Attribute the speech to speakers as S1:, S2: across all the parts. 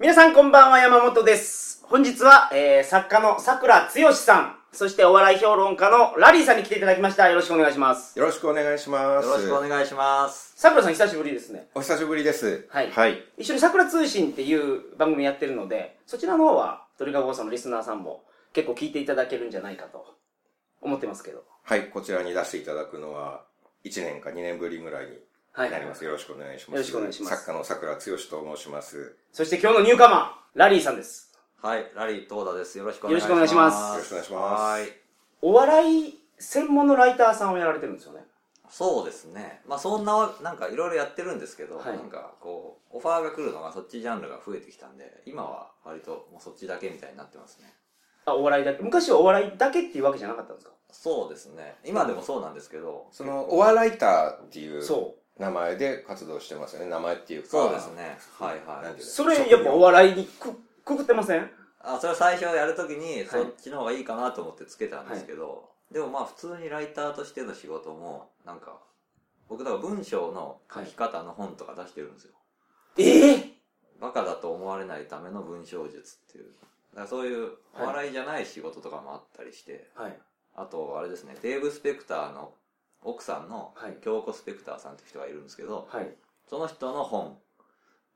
S1: 皆さんこんばんは、山本です。本日は、えー、作家の桜つよしさん、そしてお笑い評論家のラリーさんに来ていただきました。よろしくお願いします。
S2: よろしくお願いします。
S3: よろしくお願いします。
S1: 桜さん久しぶりですね。
S2: お久しぶりです。
S1: はい
S2: はい。
S1: 一緒に桜通信っていう番組やってるので、そちらの方は、鳥かごさんのリスナーさんも結構聞いていただけるんじゃないかと思ってますけど。
S2: はいこちらに出していただくのは、1年か2年ぶりぐらいに
S1: はい。
S2: なります。よろしくお願いし
S1: よ
S2: ます。
S1: ろしくお願いします
S2: 作家の桜剛と申します。よ
S1: そして今日のニューカマー、ラリーさんです。
S3: はい、ラリー東田です。よろしくお願いし
S1: よろ
S3: ます。
S1: しくお願いします
S2: ろしくお願いし
S3: は
S2: ま
S3: ーい
S2: す。。
S1: お笑い専門のライターさんをやられてるんですよね。
S3: そうですね。まあそんなわ、なんかいろいろやってるんですけど、
S1: はい
S3: なんかこう、オファーが来るのがそっちジャンルが増えてきたんで、今は割ともうそっちだけみたいになってますね。
S1: あ、お笑いだけ。昔はお笑いだけっていうわけじゃなかったんですか
S3: そうですね。今でもそうなんですけど、
S2: その、お笑いターっていう
S1: そ
S2: 名前で活動してますよね。名前っていうか。
S3: そうですね。はいは
S2: なんて。。
S3: い
S1: うんそれやっぱお笑いにく、くぐってません
S3: あ、それ最初やるときに、そっちの方がいいかなと思ってつけたんですけど、でもまあ普通にライターとしての仕事も、なんか、僕だから文章の書き方の本とか出してるんですよ。
S1: ええ
S3: バカだと思われないための文章術っていう。だからそういうお笑いじゃない仕事とかもあったりして、
S1: はい。
S3: あとあれですね、デーブ・スペクターの奥さんの
S1: はい
S3: 京子スペクターさんって人がいるんですけど、
S1: はい。
S3: その人の本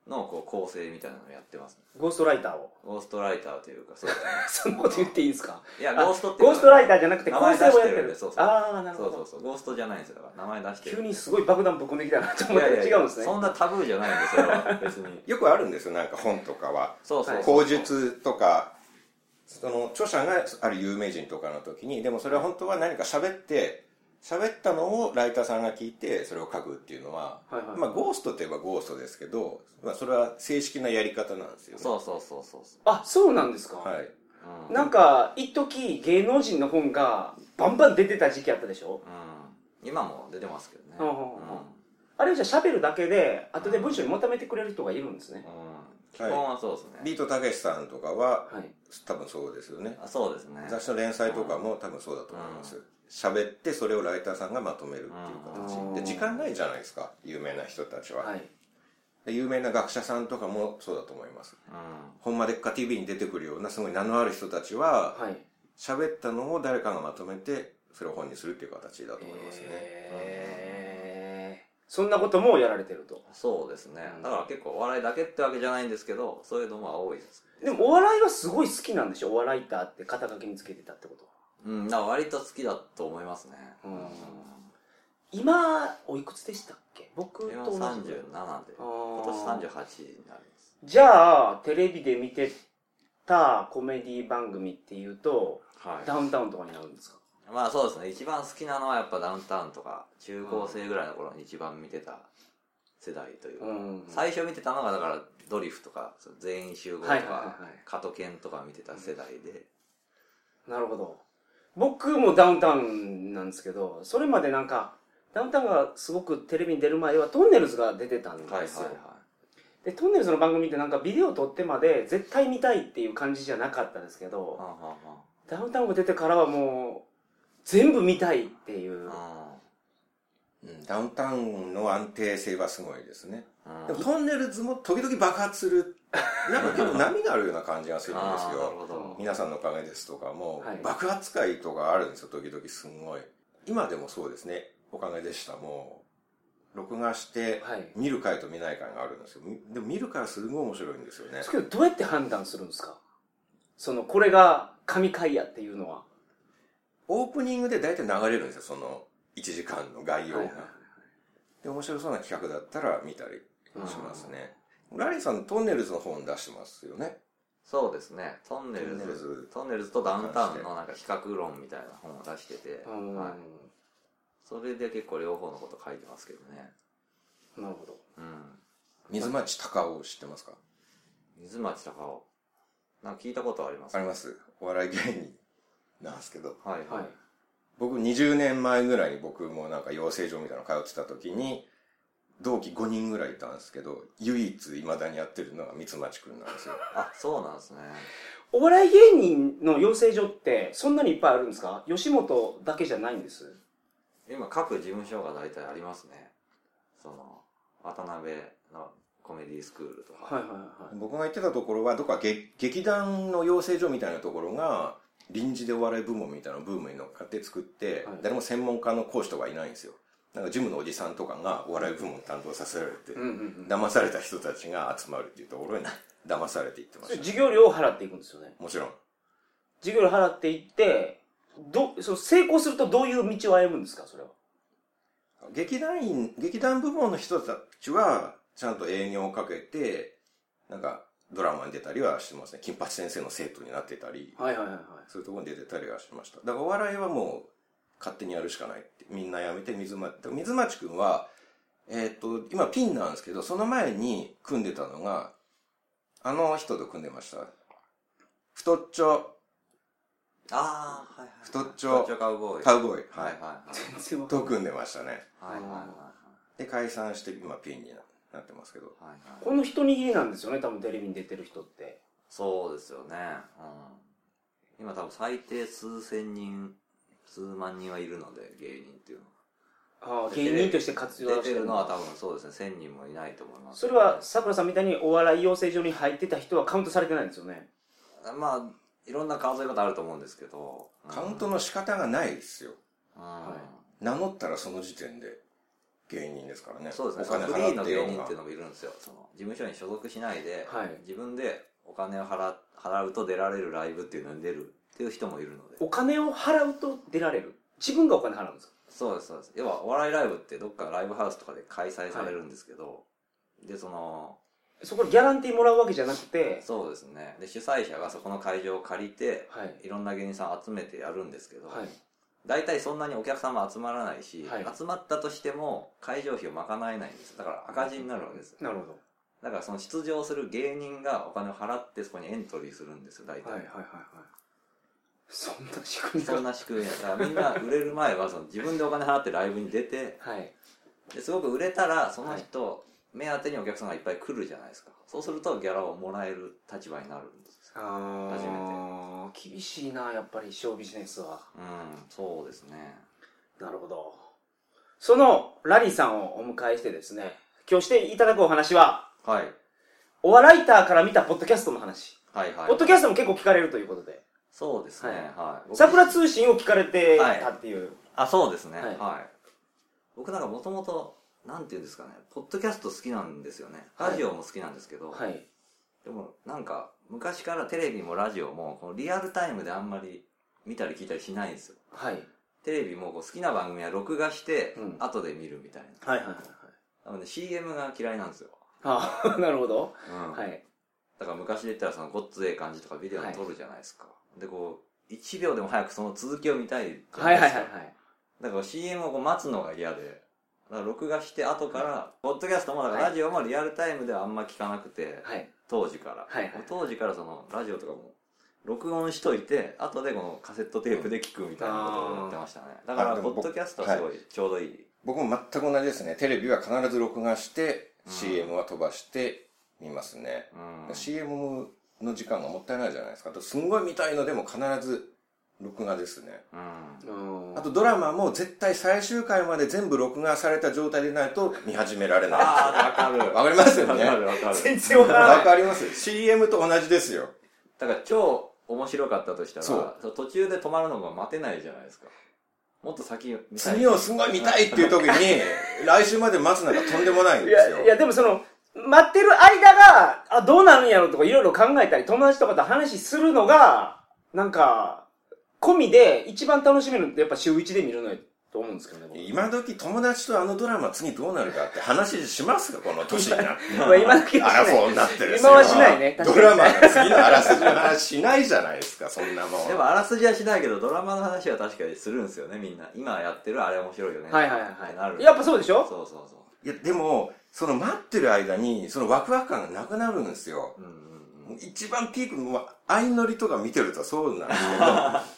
S3: のこう構成みたいなのをやってます、ね。
S1: ゴーストライターを。
S3: ゴーストライターというか、そうですね。
S1: そんなこと言っていいんですか
S3: いや、
S1: あ
S3: ゴーストってい
S1: ゴ
S3: うのは
S1: ーストライターじゃなくて構成をやって
S3: 名前出してるん
S1: る
S3: でそうそう
S1: ああなるほ
S3: そ
S1: ど
S3: うそうそう、ゴーストじゃないんですよ。だから名前出してる。
S1: 急にすごい爆弾ぶっこんできたなと
S3: い
S1: 思った
S3: や
S1: ら
S3: いやい
S1: 違
S3: や
S1: うんですね
S3: そんなタブーじゃないんですよ、それは別 に。
S2: よくあるんですよ、なんか本とかは。
S3: そうそうそう。
S2: 口述とか、その著者がある有名人とかの時に、でもそれは本当は何か喋って、喋ったのをライターさんが聞いて、それを書くっていうのは、
S1: はいはい
S2: まあゴーストといえばゴーストですけど、まあそれは正式なやり方なんですよね。
S3: そうそうそうそうそ
S1: あそうなんですか、
S2: はい。
S3: う。うん
S1: なんか一時芸能人の本がバンバン出てた時期あったでしょ
S3: うん今も出てますけどね、
S1: う
S3: うんん
S1: うんうんあれをじゃあ喋るだけで後で文章にまとめてくれる人がいるんですね、
S3: 基本はそうですね、
S2: ビートたけしさんとかは、
S1: はい
S2: 多分そうですよね。
S3: あそうですね
S2: 雑誌の連載とかも多分そうだと思います。喋ってそれをライターさんがまとめるっていう
S1: うん
S2: 形。で、時間ないじゃないですか、有名な人たちは。
S1: はい
S2: で有名な学者さんとかもそうだと思います。
S3: うん
S2: ほんまでっか TV に出てくるようなすごい名のある人たちは、
S1: はい
S2: 喋ったのを誰かがまとめて、それを本にするっていう形だと思いますね。
S1: えーそんなこともやられてると
S3: そうですねだから結構お笑いだけってわけじゃないんですけどそういうのも多いです、
S1: でもお笑いはすごい好きなんでしょお笑いターって肩書きにつけてたってことは
S3: うん、だから割と好きだと思いますね
S1: うん
S3: うん
S1: 今おいくつでしたっけ僕
S3: 今
S1: と同じ
S3: 37で
S1: あ
S3: 今
S1: ー
S3: 年38になります
S1: じゃあテレビで見てたコメディ番組っていうと
S3: は
S1: ダウンタウンとかになるんですか
S3: いまあそうですね一番好きなのはやっぱダウンタウンとか中高生ぐらいの頃に一番見てた世代というか、
S1: ん
S3: 最初見てたのがだからドリフとかその全員集合とか、
S1: はいはいはいはい
S3: カトケンとか見てた世代で、
S1: なるほど僕もダウンタウンなんですけどそれまでなんかダウンタウンがすごくテレビに出る前はトンネルズが出てたんですよ、
S3: はいはいはい
S1: でトンネルズの番組ってなんかビデオ撮ってまで絶対見たいっていう感じじゃなかったんですけど、
S3: はんは
S1: ダウンタウンが出てからはもう全部見たいっていう、
S3: んは
S2: うんダウンタウンの安定性はすごいですね。
S3: ん
S2: で
S3: うん
S2: もトンネルズも時々爆発 する。なんか結構波があるような感じがするんです
S3: あーなる
S2: よ。
S3: ほど
S2: 皆さんのおかげですとかも
S1: はい、
S2: 爆発会とかあるんですよ、時々すごい。今でもそうですね、おかげでしたもう、録画して、
S1: はい
S2: 見る回と見ない回があるんですよ。みでも見るからすごい面白いんですよね
S1: です。けどどうやって判断するんですかそのこれが神回やっていうのは
S2: オープニングで大体流れるんですよ、その1時間の概要
S1: はい
S2: が
S1: はい。
S2: で、面白そうな企画だったら見たりしますね。ラリーさん、トンネルズの本出してますよね。
S3: そうですねトンネル
S2: トンネル
S3: ズ
S2: ズ
S3: トンネルズとダウンタウンのなんか比較論みたいな本を出してて、
S1: うん
S3: はい、それで結構両方のこと書いてますけどね
S1: なるほど
S3: うん
S2: 水町隆夫知ってますか
S3: 水町隆夫なんか聞いたことあります
S2: ありますお笑い芸人なんですけど。
S3: はいはい、
S1: はい
S2: 僕20年前ぐらいに僕もなんか養成所みたいなの通ってた時に、同期5人ぐらいいたんですけど、唯一未だにやってるのが三町くんなんですよ。
S3: あそうなんですね
S1: お笑い芸人の養成所ってそんなにいっぱいあるんですか吉本だけじゃないんです
S3: 今各事務所が大体ありますねその渡辺のコメディスクールとか、
S1: はいはいはい
S2: 僕が行ってたところはどっか劇劇団の養成所みたいなところが臨時でお笑い部門みたいなブームに乗っかって作って、
S1: はい
S2: 誰も専門家の講師とかいないんですよなんかジムのおじさんとかがお笑い部門担当させられて、
S1: うんうんうん
S2: 騙された人たちが集まるっていうところに 騙されていってま
S1: それ
S2: した
S1: 授業料を払っていくんですよね
S2: もちろん
S1: 授業料払っていってどその成功するとどういう道を歩むんですかそれは
S2: 劇団員劇団部門の人たちはちゃんと営業をかけてなんかドラマに出たりはしてますね金八先生の生徒になってたり
S1: はいはいはいはい
S2: そういうところに出てたりはしました。だからお笑いはもう勝手にやるしかないって。みんなやめて水町。水町くんは、えーっ、と、今ピンなんですけど、その前に組んでたのが、あの人と組んでました。太っちょ、
S3: ああはいはい
S2: 太っちょ
S3: 太っちょカウボーイ
S2: カウボーイ。
S3: は
S2: はいい。
S3: はい
S1: 全然 わかん
S2: と組んでましたね。
S3: はいはいはいはい
S2: で、解散して今ピンにななってますけど。
S3: はいはい
S1: この一握りなんですよね多分テレビに出てる人って
S3: そうですよね。うん。今多分最低数千人、数万人はいるので、芸人っていうのは。
S1: ああ芸人として活
S3: 出
S1: 用し
S3: て
S1: てる
S3: るの
S1: の
S3: は
S1: は
S3: 多分そうですね、千人もいないと思います。
S1: それはさくらさんみたいにお笑い養成所に入ってた人はカウントされてないんですよね
S3: まあ、いろんな数え方あると思うんですけど。うん
S2: カウントの仕方がないですよ。
S3: うん
S2: 名乗ったらその時点で芸人ですからね。
S3: そうですね、
S2: お
S3: その
S2: 金
S3: フリー
S2: 払
S3: の
S2: ってよ
S3: 芸
S2: う
S3: 人っていう
S2: が。
S3: のもいるんですよ。その事務所に所属しないで、
S1: はい
S3: 自分でお金を払払うと出られるライブっていうのに出るっていう人もいるので。
S1: お金を払うと出られる自分がお金払うんですか
S3: そうですそうです要はお笑いライブってどっかライブハウスとかで開催されるんですけど、でその
S1: そこでギャランティーもらうわけじゃなくて
S3: そうですねで主催者がそこの会場を借りて
S1: はい
S3: いろんな芸人さん集めてやるんですけど、
S1: はい
S3: 大体そんなにお客さんも集まらないし、
S1: はい
S3: 集まったとしても会場費を賄えないんですだから赤字になるわけです
S1: なるほど
S3: だからその出場する芸人がお金を払ってそこにエントリーするんですよ大体、
S1: はいはいはいはいそんな仕組み
S3: そん
S1: が
S3: な仕組みやだからみんな売れる前はその自分でお金払ってライブに出て
S1: はい
S3: ですごく売れたらその人、目当てにお客さんがいっぱい来るじゃないですかそうするとギャラをもらえる立場になるんです
S1: ああ厳しいなやっぱりショービジネスは
S3: うんそうですね
S1: なるほどそのラリーさんをお迎えしてですね今日していただくお話は
S3: はい
S1: お笑いターから見たポッドキャストの話、
S3: はいはい
S1: ポッドキャストも結構聞かれるということで
S3: そうですね
S1: はい
S3: はい、僕
S1: 桜通信を聞かれてたっていう、
S3: あそうですねは
S1: はい
S3: い、僕なんかもともとなんていうんですかねポッドキャスト好きなんですよね
S1: はい
S3: ラジオも好きなんですけど、
S1: はい
S3: でもなんか昔からテレビもラジオもこのリアルタイムであんまり見たり聞いたりしないんですよ
S1: はい
S3: テレビもこう好きな番組は録画して
S1: うん
S3: 後で見るみたいな、
S1: はいはいはいはい
S3: 多分ね CM が嫌いなんですよ、
S1: ああ なるほど、
S3: うん
S1: はい
S3: だから昔で言ったらそのごっつええ感じとかビデオに撮るじゃないですか、でこう1秒でも早くその続きを見たいじゃ
S1: は
S3: ないい
S1: はいは
S3: です
S1: い
S3: か
S1: はい
S3: だから CM をこう待つのが嫌でだから録画して後から、ポッドキャストもだから
S1: はい
S3: ラジオもリアルタイムではあんま聞かなくて、
S1: はい
S3: 当時から、
S1: はいはい
S3: もう当時からそのラジオとかも録音しといて後でこのカセットテープで聞くみたいなことをやってましたねだか
S2: あ
S3: ら
S2: で
S3: ポ
S2: も
S3: ッ
S2: 僕
S3: ドキャストはすごいちょうどいい、
S2: 僕も全く同じですね。テレビは必ず録画して、
S3: うん
S2: CM は飛ばして見ますね。
S3: うん、
S2: CM の時間がもったいないじゃないですか。あと、すんごい見たいのでも必ず録画ですね。
S3: うん
S1: うん
S2: あと、ドラマも絶対最終回まで全部録画された状態でないと見始められない。
S3: ああ、わ かる。
S2: わかりますよね
S3: わかるわかる。
S1: 全然わから
S2: わ
S1: ない
S2: かります ?CM と同じですよ。
S3: だから超面白かったとしたら、
S2: そう
S3: そう途中で止まるのが待てないじゃないですか。もっと先見たい。
S2: 次をすごい見たいっていう時に、来週まで待つなんかとんでもないん
S1: い
S2: です
S1: やい
S2: よ。
S1: やでもその待ってる間があどうなるんやろとかいろいろ考えたり友達とかと話するのがなんか込みで一番楽しめるのってやっぱ週一で見るのやと思うんですけどね僕
S2: 今時友達とあのドラマ次どうなるかって話しますかこの年になって。
S1: まあ今だけはしな
S2: アラ
S1: い
S2: フォーになってる
S1: 今はしないね
S2: ド
S1: 確か
S2: ラ
S1: に
S2: マが次のあらすじの話しないじゃないですか、そんなもん。
S3: でもあらすじはしないけど、ドラマの話は確かにするんですよね、みんな。今やってるあれ面白いよね。
S1: はいはい
S3: ってな
S1: は
S3: る。
S1: いやっぱそうでしょ
S3: そうそうそ
S2: いや、でも、その待ってる間に、そのワクワク感がなくなるんですよ。
S3: う。うんうん
S2: もう一番ピーク、もう相乗りとか見てるとそうなんです けど、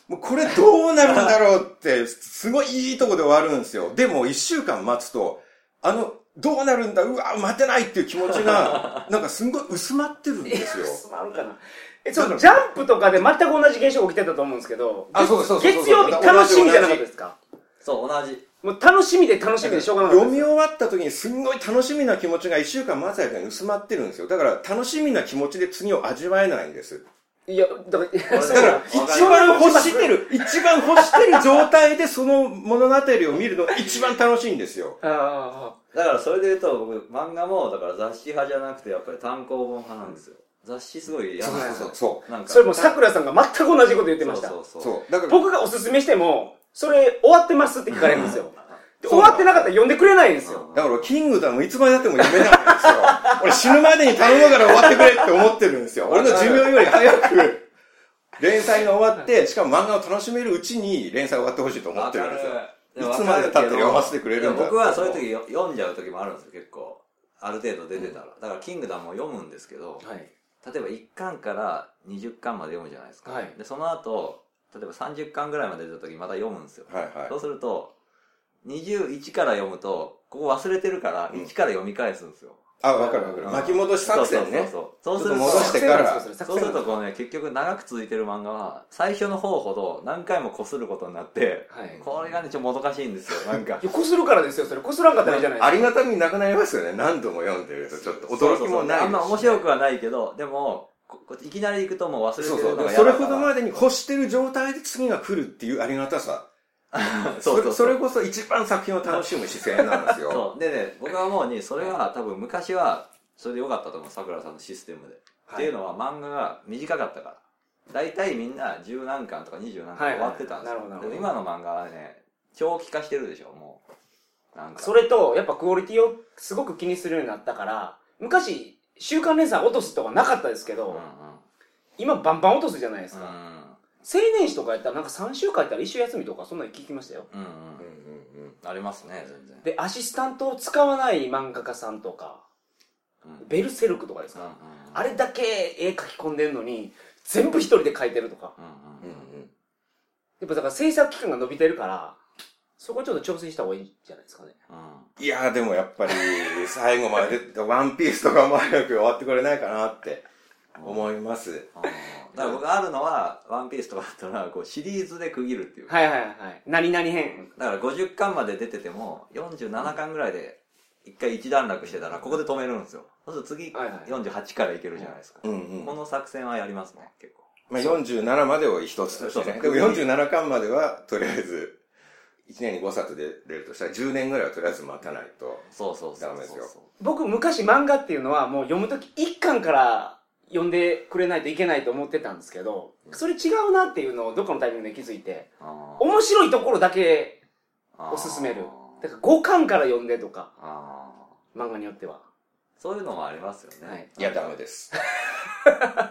S2: もうこれどうなるんだろうって、すごいいいとこで終わるんですよ。でも一週間待つと、あの、どうなるんだ、うわ、待てないっていう気持ちが、なんかすんごい薄まってるんですよ。
S1: そうなるかなえちょっとジャンプとかで全く同じ現象が起きてたと思うんですけど
S2: あそうそうそうそう
S1: 月曜日楽しみじゃなかったですか
S3: そう、同じ。
S1: もう楽しみで楽しみでしょうがなかった
S2: 読
S1: です
S2: み終わった時にすんごい楽しみな気持ちが一週間待つ間に薄まってるんですよ。だから楽しみな気持ちで次を味わえないんです。
S1: いや、だからいや、
S3: 俺
S1: そ
S2: だ
S1: う
S2: から
S3: わかりま
S2: 一
S3: す
S2: 番欲してる、一番欲してる状態でその物語を見るのが一番楽しいんですよ。
S1: あ
S3: だからそれで言うと僕漫画もだから雑誌派じゃなくてやっぱり単行本派なんですよ雑誌すごいや
S2: そう
S3: ばい
S2: そうそう。
S3: なん
S1: あ
S3: か
S1: それもさくらさんが全く同じこと言ってました。
S3: そうそうそう
S2: そう。だから、
S1: 僕がおすすめしても、それ終わってますって聞かれるんですよ。で
S2: そ
S1: 終
S2: う
S1: わってなかったら読んでくれないんですよ。
S2: だからキングダムいつまでだっても夢なんですよ。俺死ぬまでに頼むから終わってくれって思ってるんですよ。俺の寿命より早く連載が終わって、しかも漫画を楽しめるうちに連載終わってほしいと思ってるんですよ。いつまで経っても読ませてくれるんだ
S3: いや僕はそういう時よ読んじゃう時もあるんですよ結構ある程度出てたら、だから「キングダム」を読むんですけど
S1: はい。
S3: 例えば1巻から20巻まで読むじゃないですか、
S1: はい
S3: でその後例えば30巻ぐらいまで出た時また読むんですよ、
S2: はいはい
S3: そう。すると21から読むとここ忘れてるから
S2: うん
S3: 1から読み返すんですよ、
S2: あ、わかるわかる。巻き戻し作戦ね。
S3: そうそうそ
S2: ちょっと
S3: うそうそう
S2: 戻
S3: す
S2: し
S3: る
S2: てか
S1: 作
S2: ら
S1: 戦なんです
S3: と
S1: よ
S3: そうするとこうね結局長く続いてる漫画は最初の方ほど何回もこすることになって、
S1: はい
S3: これがねちょっともどかしいんですよなんか
S1: いや、こするからですよ、それ。こすらんかったらいいじゃないです
S2: ありがたみなくなりますよね。何度も読んでると、ちょっと 驚きもないですしね
S3: あんま面白くはないけどでもここいきなり行くともう忘れて
S2: そう
S3: る
S2: そ
S3: の
S2: う。でも
S3: が嫌
S2: それ
S3: だ
S2: ほ
S3: か
S2: どま
S3: ら
S2: でに欲してる状態で次が来るっていうありがたさ。
S3: そうそう
S2: それそれこそ一番作品を楽しむ姿勢なんですよ。
S3: そうでね僕は思うにそれは多分昔はそれでよかったと思うさくらさんのシステムで、
S1: か。
S3: っていうのは漫画が短かったから大体みんな十何巻とか二十何巻
S1: はい
S3: 終わってたんです
S1: な
S3: よ、
S1: るほどなるほど
S3: でも今の漫画はね長期化してるでしょもうなんか
S1: それと、やっぱクオリティをすごく気にするようになったから、昔、週刊連載落とすとかなかったですけ
S3: うん
S1: ど、
S3: うん
S1: 今バンバン落とすじゃないですか。
S3: う
S1: 青年誌とかやったらなんか3週間やったら1週休みとかそんなに聞きましたよ。
S3: んうん
S2: う
S3: うんん
S2: うんうん
S3: ありますね全然
S1: で、アシスタントを使わない漫画家さんとか、
S3: うんうん
S1: ベルセルクとかです
S3: うん
S1: か、
S3: うん
S1: あれだけ絵描き込んでんのに、全部一人で描いてるとか。
S3: うん
S2: う
S3: うんんうん
S2: うん
S1: やっぱだから制作期間が伸びてるから、そこちょっと調整した方がいいんじゃないですかね。
S3: う
S2: いやーでもやっぱり最後まで「ワンピースとかも早く終わってくれないかなって
S3: ん
S2: 思います
S3: だから僕あるのは「ワンピースとかだったらこうシリーズで区切るっていう、
S1: はいはいはい。何々編。
S3: だから50巻まで出てても47巻ぐらいで一回一段落してたらここで止めるんですよそうすると次
S1: はいはい
S3: 48からいけるじゃないですか、
S2: うんうん、
S3: この作戦はやりますね結構
S2: まあ、47までを一つとしてねでも47巻まではとりあえず1年に5冊で出るとしたら10年ぐらいはとりあえず待たないと
S3: そうそうそ
S2: ダ
S3: う
S2: メです
S3: そう
S2: よ
S1: 僕昔漫画っていうのはもう読むとき1巻から読んでくれないといけないと思ってたんですけど、それ違うなっていうのをどっかのタイミングで気づいて、
S3: あー
S1: 面白いところだけ
S3: あー
S1: おすすめる。だから5巻から読んでとか、
S3: あー
S1: 漫画によっては。
S3: そういうのもありますよね、
S1: はい
S2: いやダメです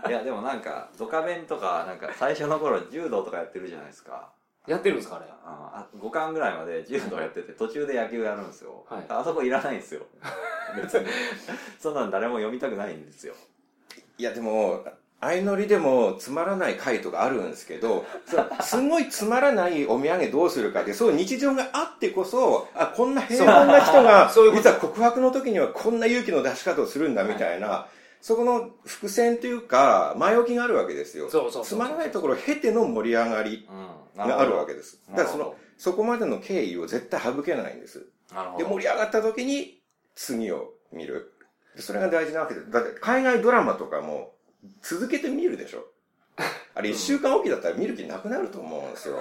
S3: いやでもなんかドカベンとかなんか最初の頃柔道とかやってるじゃないですか
S1: やってるんですかあれ。
S3: あ5巻ぐらいまで柔道やってて途中で野球やるんですよ、
S1: はい
S3: あそこいらないんですよ別にそんなん誰も読みたくないんですよ
S2: いやでも相乗りでもつまらない回とかあるんですけどそうすごいつまらないお土産どうするかでそう日常があってこそあこんな平凡な人が
S1: そうそういうこと
S2: 実は告白の時にはこんな勇気の出し方をするんだみたいな、そこの伏線というか前置きがあるわけですよ
S1: そうそうそう
S2: つまらないところを経ての盛り上がり
S3: うん
S2: があるわけですだからそ
S3: なる
S2: の
S3: ほ
S2: そこまでの経緯を絶対省けないんです
S3: どなるほ
S2: で
S3: ど
S2: 盛り上がった時に次を見るでそれが大事なわけでだって海外ドラマとかも続けて見るでしょあれ
S3: うん
S2: 1週間おきだったら見る気なくなると思うんですよ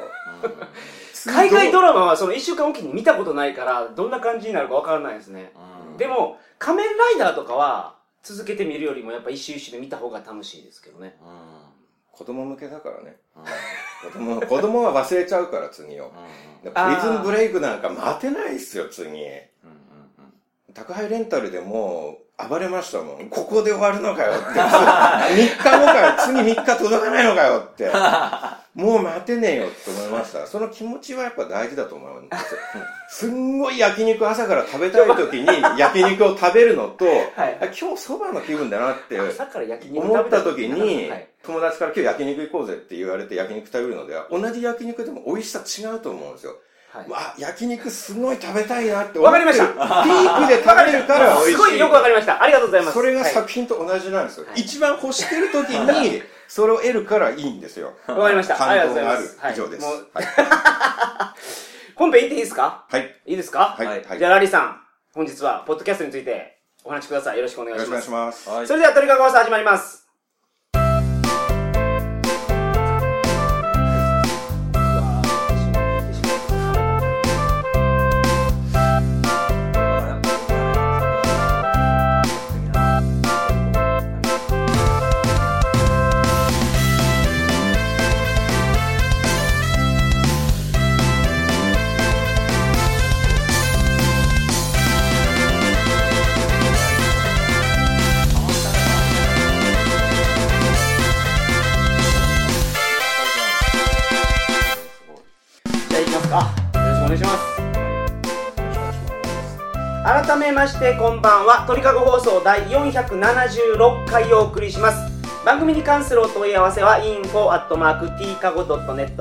S1: 海外ド
S2: ラ
S1: ラマはその1週間おきに見たことないから、どんな感じになるかわからないですね。
S3: うんうん
S1: でも、仮面ライダーとかは、続けて見るよりもやっぱ一周一周で見た方が楽しいですけどね。
S3: うんうん
S2: 子供向けだからね
S3: うん
S2: 子供子供は忘れちゃうから次をでプ
S1: あー
S2: リズンブレイクなんか待てないっすよ次
S3: うんうんうん
S2: 宅配レンタルでもう暴れましたもんここで終わるのかよって 3日後かよ次3日届かないのかよってもう待てねえよって思いましたその気持ちはやっぱ大事だと思うんですよすんごい焼肉朝から食べたい時に焼肉を食べるのと、
S1: はい
S2: あ今日そばの気分だなって
S1: 朝から焼肉
S2: 思った
S1: 食べ
S2: 時
S1: い
S2: に、
S1: はい
S2: 友達から今日焼肉行こうぜって言われて焼肉食べるのでは同じ焼肉でも美味しさ違うと思うんですよ
S1: はい
S2: あ、焼肉すごい食べたいなって
S1: わかりました
S2: ピークで食べるから美味しい。
S1: すごいよくわかりました。ありがとうございます。
S2: それが
S1: は
S2: 作品と同じなんですよ。
S1: はい
S2: 一番欲してる時に、それを得るからいいんですよ。
S1: いわかりました。ありがとうご
S2: 感動
S1: ざい
S2: があ
S1: ま
S2: る
S1: す。は。い
S2: 以上です。
S1: もう
S2: はい
S1: 本編行っていいですか
S2: はい。
S1: いいですか
S2: はい。は。
S3: はいい
S1: じゃ
S2: よ
S1: あラリーさん、本日はポッドキャストについてお話しください。よろしくお願い
S2: ろ
S1: し
S2: しくお願
S1: ま
S2: い
S1: す
S2: し。ます。
S3: はい
S1: それでは鳥かご放送始まります。じゃあ行きますか。よろしくお願いします。改めましてこんばんは鳥かご放送第476回をお送りします番組に関するお問い合わせは info.tkago.net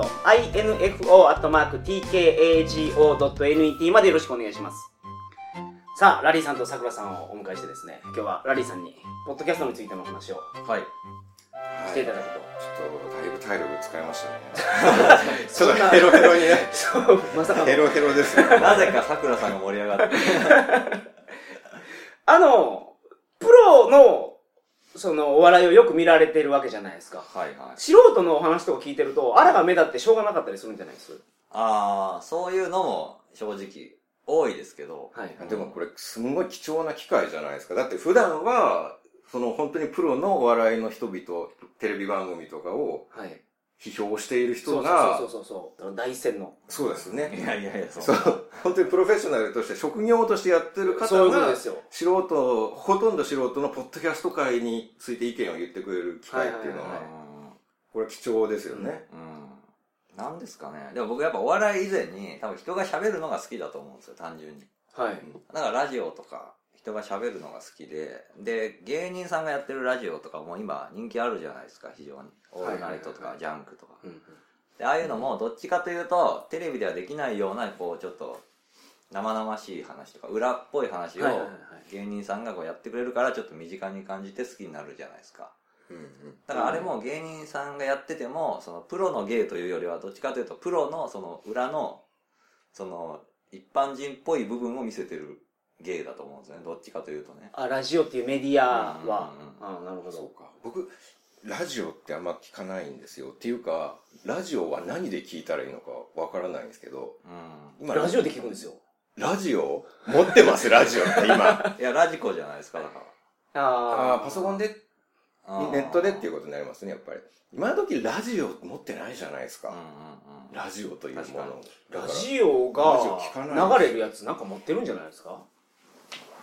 S1: info.tkago.net までよろしくお願いしますさあラリーさんとさくらさんをお迎えしてですね今日はラリーさんにポッドキャストについてのお話を
S3: はい。
S1: していただくと、
S2: ちょっと、だいぶ体力使いましたね。ち
S1: そ
S2: ょ
S1: ん
S2: っ
S1: な
S2: とヘロヘロにね。
S1: そうまさかの
S2: ヘロヘロですね。
S3: なぜかさくらさんが盛り上がって。
S1: あのプロのそのお笑いをよく見られてるわけじゃないですか
S3: はいはい。
S1: 素人のお話とか聞いてると、あらが目立ってしょうがなかったりするんじゃないです
S3: ああ、そういうのも正直多いですけど。
S1: はい
S2: でもこれ、すんごい貴重な機会じゃないですか。だって普段は、その本当にプロのお笑いの人々、テレビ番組とかを
S1: はい。
S2: 批評している
S1: そ
S2: 人
S1: うそう
S2: が
S1: そ、うそうそう。そう大戦の。
S2: そうです
S3: い
S2: ね。
S3: やいやいや、
S2: そ
S3: そう。
S2: う、本当にプロフェッショナルとして職業としてやってる
S1: そういうこ
S2: 方
S1: とで
S2: が、
S1: すよ。
S2: 素人、ほとんど素人のポッドキャスト界について意見を言ってくれる機会っていうの
S1: は
S2: は、
S1: いはい
S2: これ貴重ですよね。
S3: うん。なんですかね。でも僕やっぱお笑い以前に多分人が喋るのが好きだと思うんですよ、単純に。
S1: はい。
S3: だからラジオとか人が喋るのが好きで、で、芸人さんがやってるラジオとかも今人気あるじゃないですか、非常に。オールナイトと
S1: はいはいはいは
S3: かジャンクとか。
S1: うん
S3: で、ああいうのもどっちかというと、テレビではできないような、こうちょっと生々しい話とか、裏っぽい話を
S1: はいはいはい
S3: 芸人さんがこうやってくれるからちょっと身近に感じて好きになるじゃないですか。
S2: うんうん
S3: だからあれも芸人さんがやってても、そのプロの芸というよりはどっちかというとプロのその裏の、その一般人っぽい部分を見せてる芸だと思うんですよね。どっちかというとね。
S1: あ、ラジオっていうメディアは。
S3: う
S1: あなるほ
S2: そ
S1: ど。
S2: うか。僕、ラジオってあんま聞かないんですよ。っていうか、ラジオは何で聞いたらいいのかわからないんですけど、
S3: う
S2: 今
S1: ラジオで聞くんですよ。
S2: ラジオ持ってます、ラジオって今。
S3: ん。いや、ラジコじゃないですか、だか
S2: あ
S1: あ
S2: あ、パソコン
S1: で。
S2: で、
S3: ら。うん
S2: ネットでっていうことになりますね、やっぱり。今時ラジオ持ってないじゃないです
S3: うんう
S2: か。
S3: んうん。
S2: ラジオというも
S3: 確か
S2: の。だ
S1: ラ
S2: から
S1: ジオ
S2: ラジオ聞かな
S1: が
S2: い
S1: 流れるやつなんか持ってるんじゃないですか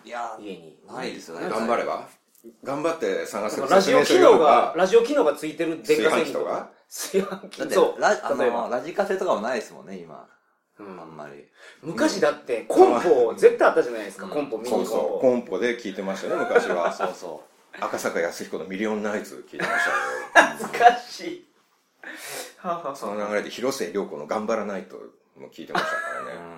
S3: いや、
S1: 家に。
S3: ないですよね。
S2: 頑張れば頑張って探せば
S1: ラジオ機能が、ラジオ機能がついてる電化製品とか。炊
S3: だっ
S1: 飯器
S3: て
S1: そう。
S3: ラあ
S1: 例えば
S3: のラジカセとかもないですもんね、今。
S1: うん
S3: あんまり。
S1: 昔だってコンポ絶対あったじゃないですか。
S3: うん
S1: コンポ、ミニコ
S2: そう
S1: ン
S2: そう、
S1: ポ。
S2: コンポで聞いてましたね、昔は。
S3: そうそ
S2: 赤坂康彦のミリオンナイツ聞いてました
S1: 懐かしい。はあはあはあ
S2: けど、その流れで広末涼子の頑張らないとも聞いてましたか
S3: う。う
S2: らね。
S3: ん。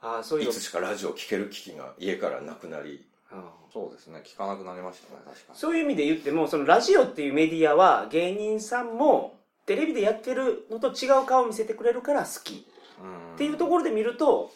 S1: ああ、そういう
S2: い
S1: の
S2: つ。しかラジオ聞ける機器が家からなくなり、
S1: うん
S3: そうですね、聞かなくなりましたね、確かに。
S1: そういう意味で言っても、そのラジオっていうメディアは芸人さんもテレビでやってるのと違う顔を見せてくれるから好き。っていうところで見ると、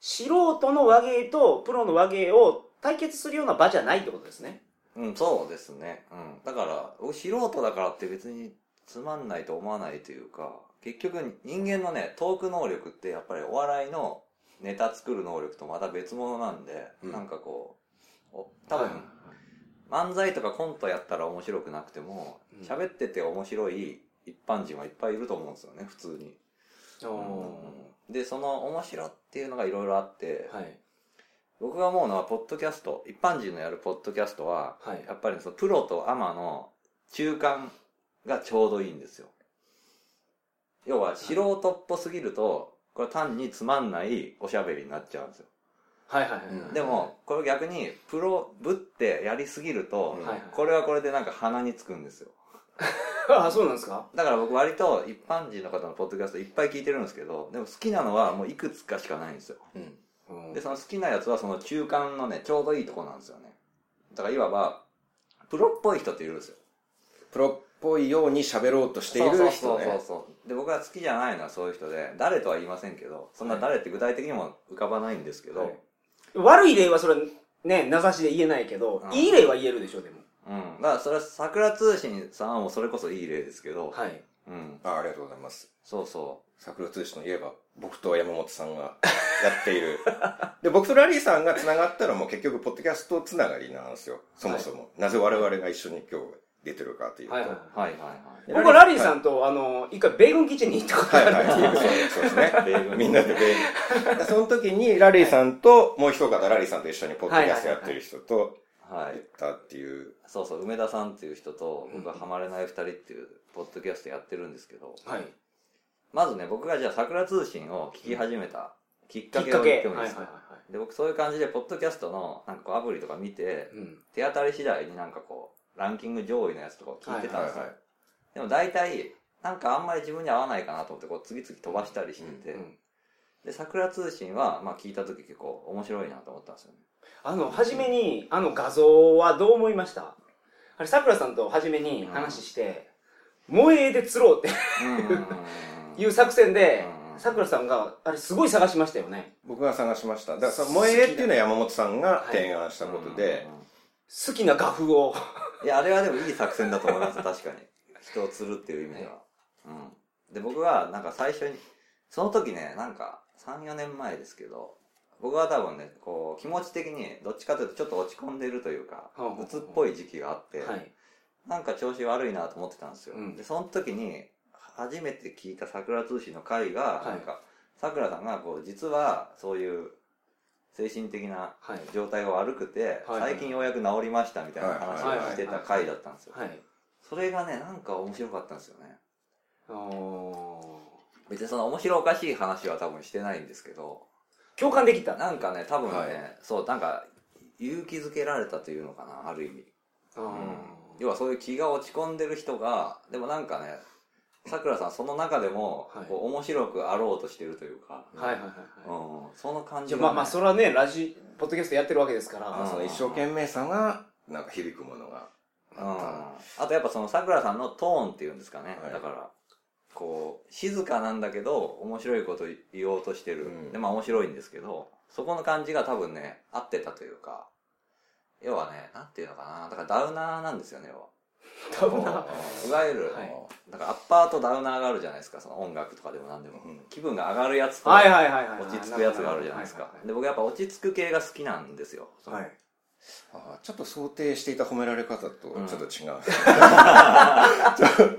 S1: 素人の和芸とプロの和芸を対決するような場じゃないってことですね。
S3: うん、そうですね。うん。だから、僕素人だからって別につまんないと思わないというか、結局人間のね、トーク能力ってやっぱりお笑いのネタ作る能力とまた別物なんで、
S2: うん
S3: なんかこう、お多分、漫才とかコントやったら面白くなくても
S1: う、ん
S3: 喋、ってて面白い一般人はいっぱいいると思うんですよね、普通に。で、その面白っていうのがいろいろあって、
S1: はい。
S3: 僕が思うのは、ポッドキャスト、一般人のやるポッドキャストは、
S1: はい
S3: やっぱりそのプロとアマの中間がちょうどいいんですよ。要は、素人っぽすぎると、これ単につまんないおしゃべりになっちゃうんですよ。
S1: はいはいは
S2: うん
S1: い。
S3: でも、これ逆に、プロぶってやりすぎると
S2: うん、
S1: はいはい
S3: これはこれでなんか鼻につくんですよ。
S1: ああ、そうなんですか
S3: だから僕割と一般人の方のポッドキャストいっぱい聞いてるんですけど、でも好きなのはもういくつかしかないんですよ。
S2: うん
S3: で、その好きなやつはその中間のね、ちょうどいいとこなんですよね。だからいわば、プロっぽい人っているんですよ。
S2: プロっぽいように喋ろうとしている
S3: そ
S2: 人
S3: うそうそう
S2: ね。
S3: そうで僕は好きじゃないのはそういう人で誰とは言いませんけどそんな誰って具体的にも浮かばないんですけど、
S1: はい悪い例はそれね名指しで言えないけど
S3: うん
S1: いい例は言えるでしょでも
S3: うんだからそれは桜通信さんはもうそれこそいい例ですけど、
S1: はい
S3: うん
S2: あありがとうございます。
S3: そうそ
S2: 桜通信といえば、僕と山本さんがやってい る。で、僕とラリーさんが繋がったらもう結局、ポッドキャストつながりなんですよ。そもそも。なぜ我々が一緒に今日出てるかというと。
S1: はいうは
S3: はいはいはい
S1: 僕はラリーさんと、あの一回米軍基地に行ったこと
S2: はい
S1: があ
S2: はい
S1: るっていう、
S2: そうそうですね。
S3: 米 軍
S2: みんなで米軍。その時にラリーさんと、もう一方ラリーさんと一緒にポッドキャストやってる人と
S3: は
S2: 行
S3: い
S2: ったっていう。
S3: そうそう梅田さんっていう人と僕は
S1: うん
S3: ハマれない二人っていうポッドキャストやってるんですけど、
S1: はい
S3: まずね僕がじゃあ桜通信を聞き始めたきっ
S1: き
S3: か
S1: っ
S3: け
S1: か
S3: を
S1: け
S3: 言ってもいい
S1: はいはい
S3: で
S1: はい
S3: すか、
S1: は
S3: で僕そういう感じでポッドキャストのなんかこうアプリとか見て
S1: い、うん、
S3: 手当たり次第になんかこうランキング上位のやつとかを聞いてたんですよ、
S2: はいはいは
S3: でも大体なんかあんまり自分に合わないかなと思ってこう次々飛ばしたりしてて、
S1: うん
S3: で桜通信はまあ聞いた時結構面白いなと思ったんですよね
S1: あの初めにあの画像はどう思いましたあれさくらさんと初めに話して「萌え絵で釣ろう」っていう作戦で
S3: うん
S1: さくらさんがあれすごい探しましたよね
S2: 僕が探しました。だからその、萌え絵っていうのは山本さんが提案したことで、
S1: 好きな画風を
S3: いやあれはでもいい作戦だと思います確かに人を釣るっていう意味では、うん、で僕はなんか最初にその時ねなんか34年前ですけど僕は多分ねこう気持ち的にどっちかというとちょっと落ち込んでるというか
S1: うん
S3: 鬱っぽい時期があって、
S1: はい
S3: なんか調子悪いなと思ってたんですよ、
S1: うん
S3: でその時に初めて聞いた桜通信の回が
S1: は、い
S3: なんか桜さんがこう実はそういう精神的な
S1: はい
S3: 状態が悪くて、
S1: はい
S3: 最近ようやく治りましたみたいな話をしてた回だったんですよ、
S1: はい
S3: それがねなんか面白かったんですよね
S1: あー
S3: 別にその面白おかしい話は多分してないんですけど
S1: 共感できた
S3: なんかね多分ね、
S2: はい
S3: そうなんか勇気づけられたというのかなある意味
S1: あー
S3: 要はそういう気が落ち込んでる人がでもなんかねさくらさんその中でも、
S1: はい
S3: こう面白くあろうとしてるというか、
S1: はいはいはいは
S3: うん、その感
S1: いじ
S3: じ
S1: ゃ
S3: が
S1: あ
S3: ね、
S1: まあまあそれはねラジポッドキャストやってるわけですから
S2: あその一生懸命さが、なんか響くものが。
S3: うん、あとやっぱそのさくらさんのトーンっていうんですかね、
S2: はい
S3: だからこう静かなんだけど面白いこと言おうとしてる、
S2: うん
S3: でまあ面白いんですけどそこの感じが多分ね合ってたというか要はねなんていうのかなだからダウナーなんですよね要は
S1: 多分な
S3: うわゆる、
S1: はい
S3: だからアッパーとダウナーがあるじゃないですかその音楽とかでも何でも、
S2: うん
S3: 気分が上がるやつと
S1: はい
S3: 落
S1: はいはいはい
S3: ち着くやつがあるじゃないです
S1: は
S3: か
S1: は
S3: で僕やっぱ落ち着く系が好きなんですよその
S1: はいはい
S2: あちょっと想定していた褒められ方とち ょっと違う。ちょっと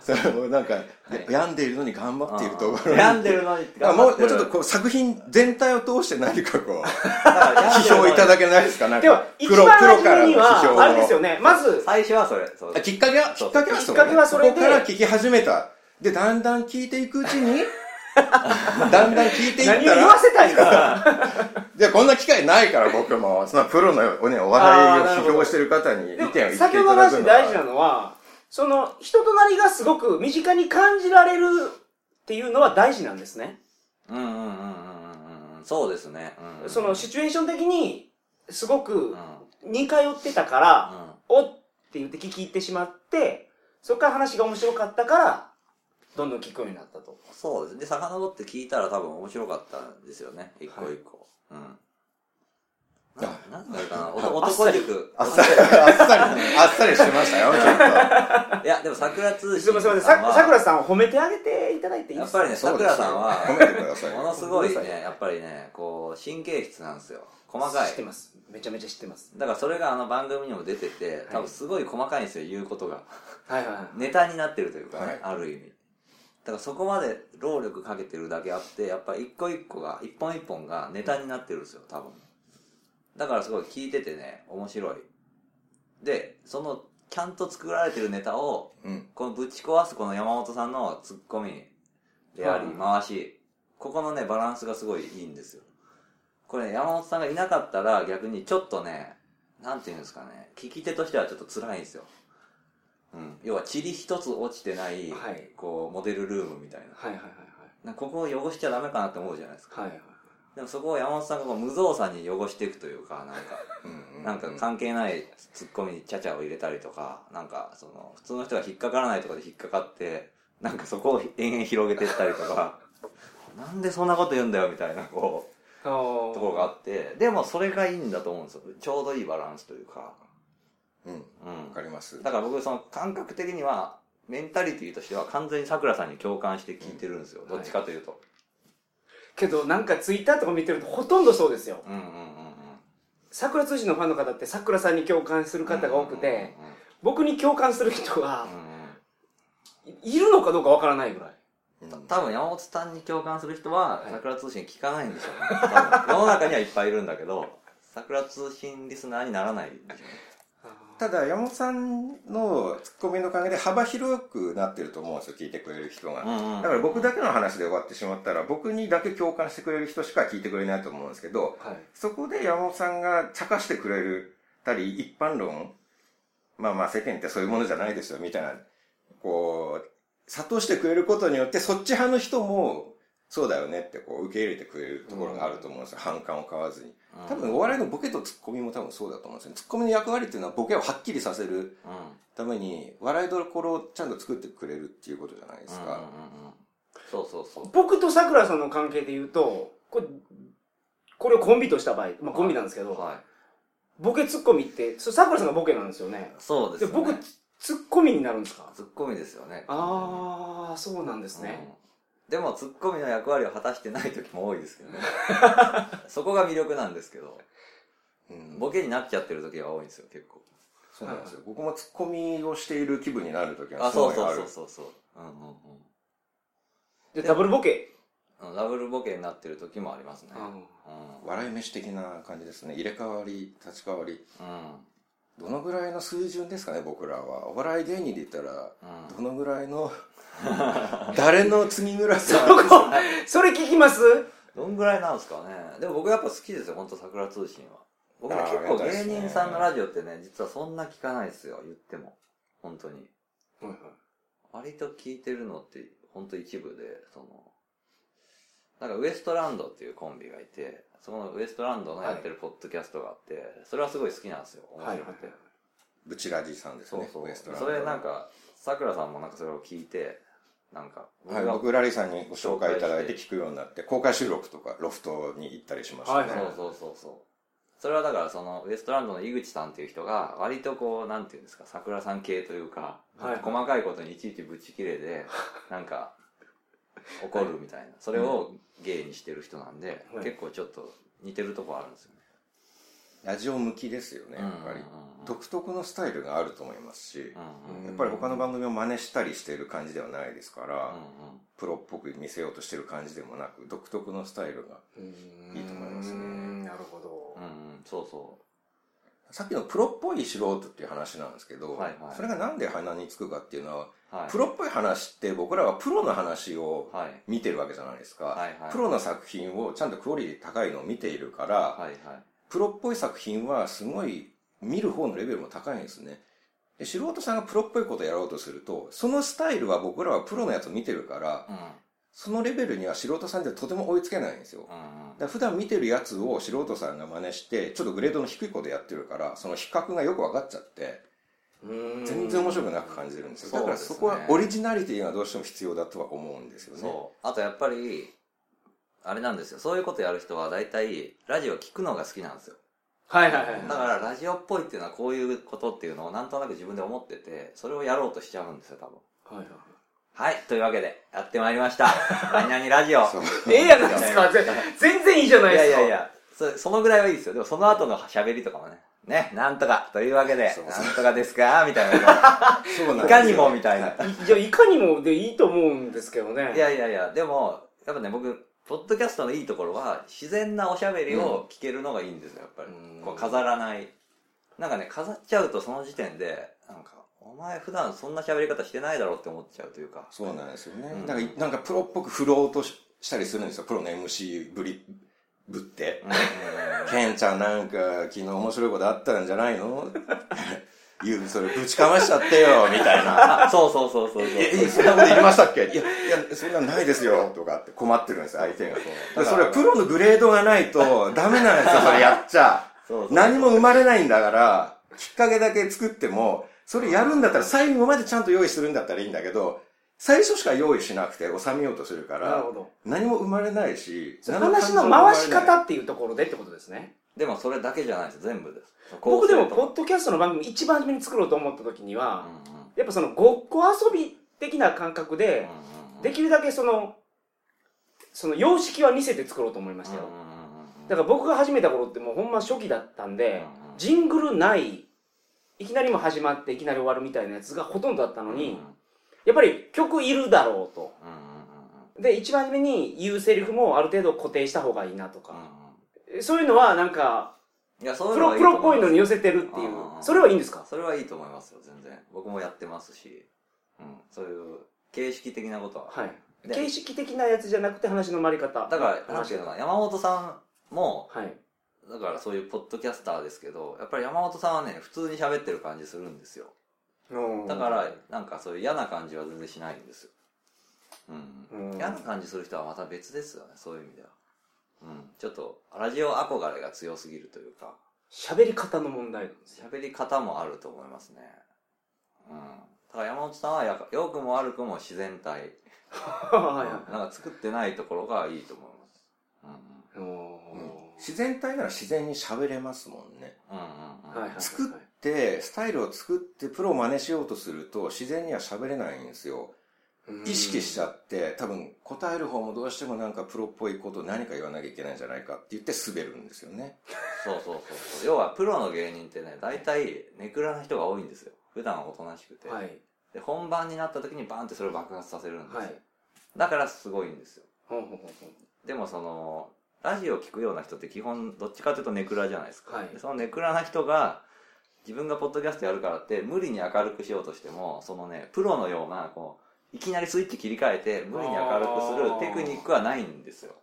S2: それもなんか、
S3: い
S2: 病んでいるのに頑張っているところに。
S3: 病んでるのに
S2: あ
S3: 頑
S2: も
S3: 張
S2: うもうちょっとこう作品全体を通して何かこ う、 批評いただけないですかなんか
S1: では一番初めにはあれですよ
S2: ね。
S1: ねまず
S3: 最初はそれそう
S2: あきっかけは、き
S3: そう
S2: っかけは
S1: き
S2: そ
S1: っかけはそれで
S2: ここから聞き始めた。で、だんだん聞いていくうちに、 だんだん聞いてい
S1: 何を
S2: った
S1: 言わ
S2: ら、
S1: せたいか
S2: じゃあこんな機会ないから僕も、そのプロのお,、ね、お笑
S1: あ
S2: いを
S1: ーなるほ
S2: 批
S1: ど
S2: 評してる方に意
S1: で
S2: 見を
S1: も
S2: 言っていただ
S1: 先ほ
S2: くの
S1: どの
S2: は
S1: 話で大事なのはその人となりがすごく身近に感じられるっていうのは大事なんですね
S3: うんうんうんうんうんうんそうですね、うん、
S1: そのシチュエーション的にすご
S3: うん
S1: く
S3: うん
S1: 似通ってたからおって言って聞き入ってしまってそこから話が面白かったからどんどん聞くようになったと
S3: そうですね遡って聞いたら多分面白かったんですよね一個一個、うんななんだろうかなお男塾
S2: あっさり、あっさりね、あっさりしてましたよ、ち
S3: いやでも桜通
S1: す
S3: 信
S1: みませんさ
S3: は
S1: くらさんを褒めてあげていただいていい
S3: や
S1: で
S3: っ
S1: す
S3: ぱ
S1: か
S3: りね
S2: ょっと。
S3: さくらさん
S2: そう
S3: は
S2: ですよ褒めてくださいよ。
S3: ものすごいねやっぱりねこう神経質なんですよ細かい
S1: 知ってますめちゃめちゃ知ってます
S3: だからそれがあの番組にも出てて多分すごい細かいんですよ言うことが
S1: はいはいはい
S3: ネタになってるというかね、
S2: はい
S3: ある意味だからそこまで労力かけてるだけあってやっぱ一個一個が一本一本がネタになってるんですよ多分だからすごい聞いててね面白いでそのちゃんと作られてるネタを
S2: うん。
S3: このぶち壊すこの山本さんのツッコミであり
S1: うん
S3: 回しここのねバランスがすごいいいんですよこれ、ね、山本さんがいなかったら逆にちょっとねなんていうんですかね聞き手としてはちょっと辛いんですよ、うん、要は塵一つ落ちてない、
S1: はい
S3: こうモデルルームみたいな
S1: はいはい
S3: なんかここを汚しちゃダメかなって思うじゃないですか
S1: はいはいはいはい
S3: でもそこを山本さんがこう無造作に汚していくというかなんか
S2: うんうん
S3: なんか関係ないツッコミにちゃちゃを入れたりとか、なんかその、普通の人が引っかからないとかで引っかかって、なんかそこを延々広げてったりとか、 なんでそんなこと言うんだよみたいなこ
S1: あー
S3: う、ところがあって、でもそれがいいんだと思うんですよ。ちょうどいいバランスというか。
S2: うん。
S3: うん
S2: わか。ります。
S3: だから僕その感覚的にはメンタリティとしては完全にさくらさんに共感して聞いてるんですよ、
S1: ん
S3: どっちかというと、
S1: けどなんかツイッターとか見てるとほとんどそうですよ
S3: うんうんうん
S1: 桜通信のファンの方って桜さんに共感する
S3: うん
S1: 方が多くて、
S3: うんうん
S1: 僕に共感する人が
S3: うんうんうん
S1: いいるのかどうかわからないぐらい
S2: うん
S3: 多分山本さんに共感する人は
S1: はい
S3: 桜通信聞かないんでしょうね多分世の中にはいっぱいいるんだけど桜通信リスナーにならないんでしょ
S2: ただ、山本さんのツッコミのおかげで幅広くなってると思うんですよ、聞いてくれる人
S3: うね
S2: が。
S3: うんうん
S2: だから僕だけの話で終わってしまったら、僕にだけ共感してくれる人しか聞いてくれないと思うんですけど、
S1: はい
S2: そこで山本さんが茶化してくれるたり、一般論、まあまあ世間ってそういうものじゃないですよ、みたいな、こう、諭してくれることによって、そっち派の人も、そうだよねってこう受け入れてくれるところがあると思うんですよ、反感を買わずに。
S3: うん
S2: 多分お笑いのボケとツッコミも多分そうだと思うんですよね。ツッコミの役割っていうのはボケをはっきりさせる
S3: うん
S2: ために、笑いどころをちゃんと作ってくれるっていうことじゃないです
S3: うん
S2: か。
S3: うんうんそうそうそう
S1: 僕と桜さんの関係で言うとこれこれをコンビとした場合、まあ、コンビなんですけど、
S3: はい
S1: ボケツッコミってそれ桜さんがボケなんですよね
S3: そうです
S1: で
S3: よね
S1: 僕ツッコミになるんですか
S3: ツッコミですよね
S1: ああそうなんですね、
S3: うんでもツッコミの役割を果たしてない時も多いですけどねそこが魅力なんですけど
S2: うん
S3: ボケになっちゃってる時が多いんですよ結構
S2: そうなんですよ。僕もツッコミをしている気分になるときは
S3: あ
S2: すご
S3: そう
S2: いあ
S3: そう
S2: る
S3: そう。そうそううんう
S1: でダブルボケ、
S3: んうんダブルボケになってる時もありますねうん
S2: 笑い飯的な感じですね。入れ替わり、立ち替わり。
S3: うん
S2: どのぐらいの水準ですかね、僕らは。お笑い芸人で言ったら、
S3: うん
S2: どのぐらい の、誰の次ぐらい
S1: そこそれ聞きます
S3: どんぐらいなんですかねでも僕やっぱ好きですよ本当桜通信は僕も結
S2: あーあ
S3: 構
S2: りがた
S3: 芸
S2: いですね
S3: 人さんのラジオってね実はそんな聞かないですよ言っても本当に割と聞いてるのって、ほんと一部で、その、なんかウエストランドっていうコンビがいて、そのウエストランドのやってるポッドキャストがあって、それはすごい好きなんですよ。面
S1: はい
S3: 白
S1: はい
S3: くて。
S2: ブチラジさんです
S3: そう
S2: ね。
S3: そう
S2: ウエスト。ランド
S3: それなんか、さくらさんもなんかそれを聞いて、なんか、
S2: はい、
S3: が
S2: 僕、ラリーさんにご紹介いただいて聞くようになって、公開収録とかロフトに行ったりしましたね。
S1: はいはい
S3: そうそうそうそうそれはだからそのウエストランドの井口さんっていう人が割とこうなんていうんですか桜さん系というか、
S1: はい
S3: 細かいことにいちいちぶち切れでなんか怒るみたいな、それを芸にしてる人なんで、
S1: はい
S3: 結構ちょっと似てるとこあるんですよね、
S2: ラジオ向きですよね、やっぱり。
S3: うんうんうん
S2: 独特のスタイルがあると思いますし、
S3: うんうん
S2: やっぱり他の番組を真似したりしている感じではないですから、
S3: うんうん
S2: プロっぽく見せようとしてる感じでもなく、独特のスタイルが。
S1: い
S2: いいと思いますね
S1: なるほど、
S3: うんうんそうそ
S2: さっきのプロっぽい素人っていう話なんですけど、
S3: はいはい
S2: それがなんで鼻につくかっていうのは、
S3: うはい
S2: プロっぽい話って僕らはプロの話を
S3: はい
S2: 見てるわけじゃないですか。
S3: はいはい
S2: プロの作品をちゃんとクオリティ高いのを見ているから、
S3: はいはい
S2: プロっぽい作品はすごい見る方のレベルも高いんですね。で、素人さんがプロっぽいことをやろうとすると、そのスタイルは僕らはプロのやつを見てるから、
S3: うん
S2: そのレベルには素人さんではとても追いつけないんですよ。だか
S3: うんうん
S2: ら普段見てるやつを素人さんが真似して、ちょっとグレードの低いことやってるから、その比較がよく分かっちゃって、全然面白くなく感じるんですよ。
S3: う
S2: だ
S3: ん
S2: からそこ
S3: そう
S2: は
S3: ですね
S2: オリジナリティがどうしても必要だとは思うんですよね。
S3: そう。あとやっぱり、あれなんですよ。そういうことやる人は大体、ラジオ聞くのが好きなんですよ。
S1: はいはいはい
S3: だから、ラジオっぽいっていうのはこういうことっていうのをなんとなく自分で思ってて、それをやろうとしちゃうんですよ、多分。
S1: はいはい
S3: はい。というわけで、やってまいりま した。何々ラジオ。
S2: そう
S1: ええやないですかぜ全然いいじゃないいで
S3: や
S1: す
S3: い
S1: か
S3: やいやそ、そのぐらいはいいですよ。でもその後の喋りとかもね。ね、なんとか。というわけで、
S2: そうそう
S3: なんとかですかみたいな。
S2: そうなんで
S3: い
S2: すよ
S3: かにもみたいな。
S1: いやいかにもでいいと思うんですけどね
S3: いやいやいや、でも、やっぱね、僕、ポッドキャストのいいところは、自然なおしゃべりを聞けるのがいいんですよ、やっぱり
S1: うん。
S3: こう飾らない。なんかね、飾っちゃうとその時点で、なんか、お前普段そんな喋り方してないだろうって思っちゃうというか。
S2: そうなんですよね。
S3: うん
S2: なんか、なんかプロっぽく振ろうとししたりするんですよ。プロの MC ぶり、ぶって
S3: う。んうん
S2: ケンちゃんなんか昨日面白いことあったんじゃないの 言う、それぶちかましちゃってよ、みたいな。
S3: あ、そうそうそうそうそう。
S2: え、えそんなこと言いましたっけいや、いや、そんなのないですよ、とかって困ってるんですよ、相手が。でそれはプロのグレードがないとダメなんですよ、それやっちゃ。
S3: そうそう
S2: 何も生まれないんだから、きっかけだけ作っても、それやるんだったら最後までちゃんと用意するんだったらいいんだけど、最初しか用意しなくて収めようとするか
S1: なる
S2: ら、
S1: ほど。
S2: 何も生まれないし、
S1: その
S2: 何も
S1: 話の
S2: 感情も生ま
S1: 回
S2: れない
S1: し方っていうところでってことですね。
S3: でもそれだけじゃないです全部です
S1: 僕でも、ポ
S3: こ
S1: ッドキャストの番組一番初めに作ろうと思った時に
S3: う
S1: は、
S3: うんうん
S1: やっぱそのごっこ遊び的な感覚で、
S3: うんうん
S1: できるだけその、その様式は見せて作ろうと思いましたよ。
S3: うんうんうんうん
S1: だから僕が始めた頃ってもうほんま初期だったんで、
S3: うんうん
S1: ジングルない、いきなりも始まっていきなり終わるみたいなやつがほとんどだったのに、やっぱり曲いるだろうと。
S3: うんうんうん
S1: で、一番初めに言うセリフもある程度固定した方がいいなと
S3: うんうん
S1: か、そういうのはなんか、
S3: いやそうい
S1: プ
S3: うの
S1: ロ、
S3: はい
S1: プ
S3: いと
S1: ロっ
S3: 思
S1: ぽい
S3: い
S1: の
S3: ます
S1: に寄せてるっていう
S3: あ。ー
S1: それはいいんですか
S3: それはいいと思いますよ全然僕もやってますし、うん、そういう形式的なことは、
S1: はい。
S3: で
S1: 形式的なやつじゃなくて話の回り方。
S3: だからなん
S1: 話
S3: ていうのかな山本さんも
S1: はい。
S3: だからそういうポッドキャスターですけどやっぱり山本さんはね普通に喋ってる感じするんですよだからなんかそういう嫌な感じは全然しないんですよ、う
S1: うん
S3: ん、嫌な感じする人はまた別ですよねそういう意味では、うん、ちょっとラジオ憧れが強すぎるというか
S1: 喋り方の問題なんですよ。
S3: 喋り方もあると思いますね。うん。ただ山本さんはやか良くも悪くも自然体。
S1: はい
S3: うんなんか作ってないところがいいと思います。うん
S1: はい。お
S2: う
S1: ー
S2: ん自然体なら自然に喋れますもんね。
S3: うん。うんうんうん。
S1: はいはいはい
S2: 作で、スタイルを作ってプロを真似しようとすると自然には喋れないんですよ。
S1: うん
S2: 意識しちゃって、多分答える方もどうしてもなんかプロっぽいこと何か言わなきゃいけないんじゃないかって言って滑るんですよね。
S3: そうそうそうそう。要はプロの芸人ってね、大体ネクラな人が多いんですよ。普段はおとなしくて。
S1: はい。
S3: で、本番になった時にバンってそれを爆発させるんですよ。
S1: はい。
S3: だからすごいんですよ。
S1: ほんほんほんほん
S3: でもその、ラジオを聞くような人って基本どっちかというとネクラじゃないですか。
S1: はい
S3: でそのネクラな人が自分がポッドキャストやるからって無理に明るくしようとしても、そのね、プロのような、こう、いきなりスイッチ切り替えて無理に明るくするテクニックはないんですよ。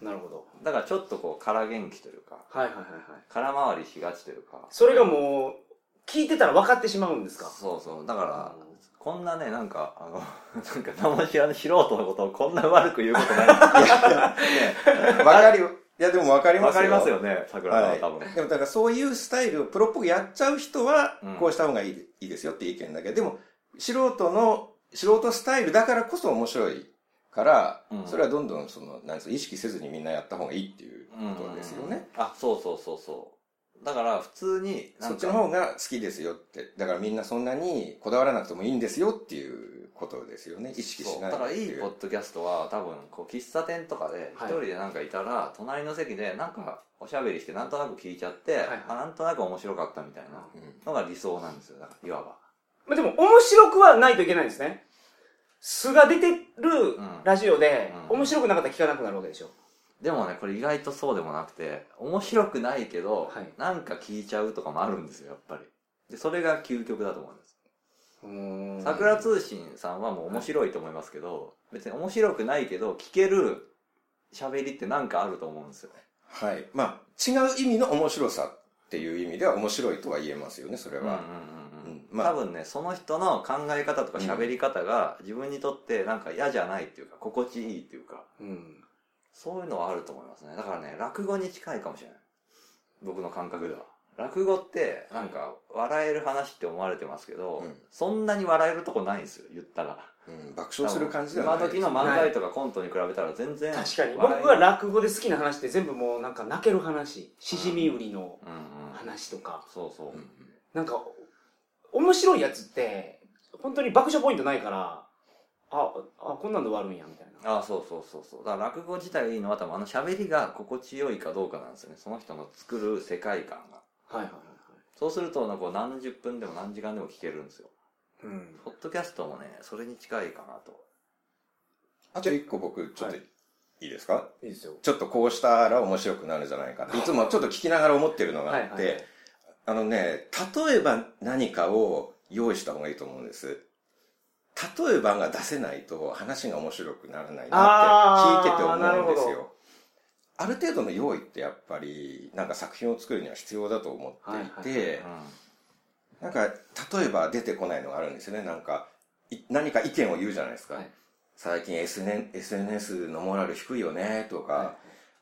S1: なるほど。
S3: だからちょっとこう、空元気というか、
S1: はいはいはいはい。
S3: 空回りしがちというか。
S1: それがもう、聞いてたら分かってしまうんですか
S3: そうそう。だから、こんなね、なんか、あの、 なんか名も知らぬ素人のことをこんな悪く言うことない。
S2: わかるよ。いやでもわかりま
S3: わ
S2: すよ。
S3: かりますよね、桜さん
S2: は。
S3: はい多分。
S2: でもだからそういうスタイルをプロっぽくやっちゃう人は
S3: うん、
S2: こうした方がいい,、いいですよって意見だけど、でも素人の、素人スタイルだからこそ面白いから、
S3: うん
S2: それはどんどんその、なんですか意識せずにみんなやった方がいいっていうことですよね。
S3: あ、そうそうそうそう。だから普通に、な
S2: そ
S3: ん
S2: っ
S3: か
S2: ちの方が好きですよって。だからみんなそんなにこだわらなくてもいいんですよっていうことですよね。意識し
S3: そう
S2: ない
S3: だ
S2: って
S3: からいい
S2: いう
S3: ポッドキャストは多分こう喫茶店とかで
S1: は
S3: 一
S1: い
S3: 人でなんかいたら、隣の席でなんかおしゃべりしてなんとなく聞いちゃって、
S1: いはい
S3: あなんとなく面白かったみたいな
S2: うん
S3: のが理想なんですよだからいわば
S1: まあ、でも面白くはないといけないんですね。素が出てる
S3: ん
S1: ラジオで、
S3: うん
S1: 面白くなかったら聞かなくなるわけでしょ。
S3: でもねこれ意外とそうでもなくて面白くないけど、
S1: はい
S3: なんか聞いちゃうとかもあるんですよやっぱりでそれが究極だと思います桜通信さんはもう面白いと思いますけど、別に面白くないけど聞ける喋りってなんかあると思うんですよ
S2: はい。まあ、違う意味の面白さっていう意味では面白いとは言えますよね、それ
S3: うんうん
S2: は。
S3: うんう
S2: うん
S3: ん
S2: まあ
S3: 多分ねその人の考え方とか喋り方が自分にとってなんか嫌じゃないっていうか心地いいっていうか
S1: うん。
S3: そういうのはあると思いますねだからね落語に近いかもしれない僕の感覚では落語ってなんか笑える話って思われてますけど、
S2: うん
S3: そんなに笑えるとこないんですよ言ったら
S2: うん爆笑する感じではない
S3: 今時の漫才とかコントに比べたら全然
S1: 確かに。
S3: 笑えない
S1: 僕が落語で好きな話って全部もうなんか泣ける話、しじみ売りの
S3: うんうん
S1: 話とか、
S3: そうそう、
S2: うん
S1: なんか、面白いやつって、本当に爆笑ポイントないから、あ、あ、こんなんで終わるんや、みたいな。
S3: ああそうそうそうそうだから落語自体がいいのは多分あの喋りが心地よいかどうかなんですよねその人の作る世界観が
S1: はいはいはい。
S3: そうするとなんかこう何十分でも何時間でも聞けるんですよ
S1: うん。
S3: ポッドキャストもねそれに近いかなと
S2: あと一個僕、ちょっと、
S1: はい
S2: い、いですか
S1: いいですよ。
S2: ちょっとこうしたら面白くなるじゃないかっていつもちょっと聞きながら思ってるのがあって、
S1: はいはいはい
S2: あのね、例えば何かを用意した方がいいと思うんです。例えばが出せないと話が面白くならないな
S1: あー
S2: って聞いてて思うんです
S1: なるほ
S2: よ。ある程度の用意ってやっぱり、なんか作品を作るには必要だと思っていて、
S3: う
S2: なんか、例えば出てこないのがあるんですよね。なんか、い何か意見を言うじゃないですか。
S1: はい
S2: 最近 SN SNS のモラル低いよね、とか、
S1: は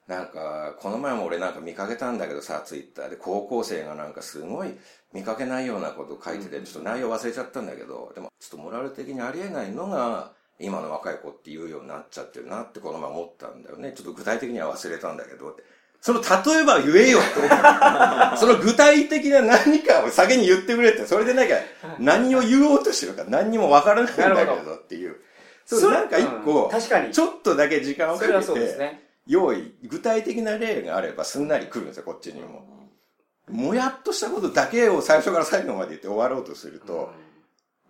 S2: なんか、この前も俺なんか見かけたんだけどさ、ツイッターで高校生がなんかすごい見かけないようなこと書いてて、ちょっと内容忘れちゃったんだけど、でもちょっとモラル的にありえないのが、今の若い子って言うようになっちゃってるなってこの前思ったんだよね。ちょっと具体的には忘れたんだけどって。その例えば言えよって 思った。その具体的な何かを先に言ってくれって、それでなんか何を言おうとしてるか何にもわからないんだ
S1: な
S2: け
S1: るほ
S2: どっていう。そう、なんか一
S1: うん
S2: 個、
S1: 確かに。
S2: ちょっとだけ時間を
S1: そ
S2: か
S1: れは
S2: け
S1: そうです
S2: て、
S1: ね。
S2: 用意、具体的な例があればすんなり来るんですよ、こっちにも。もやっとしたことだけを最初から最後まで言って終わろうとすると、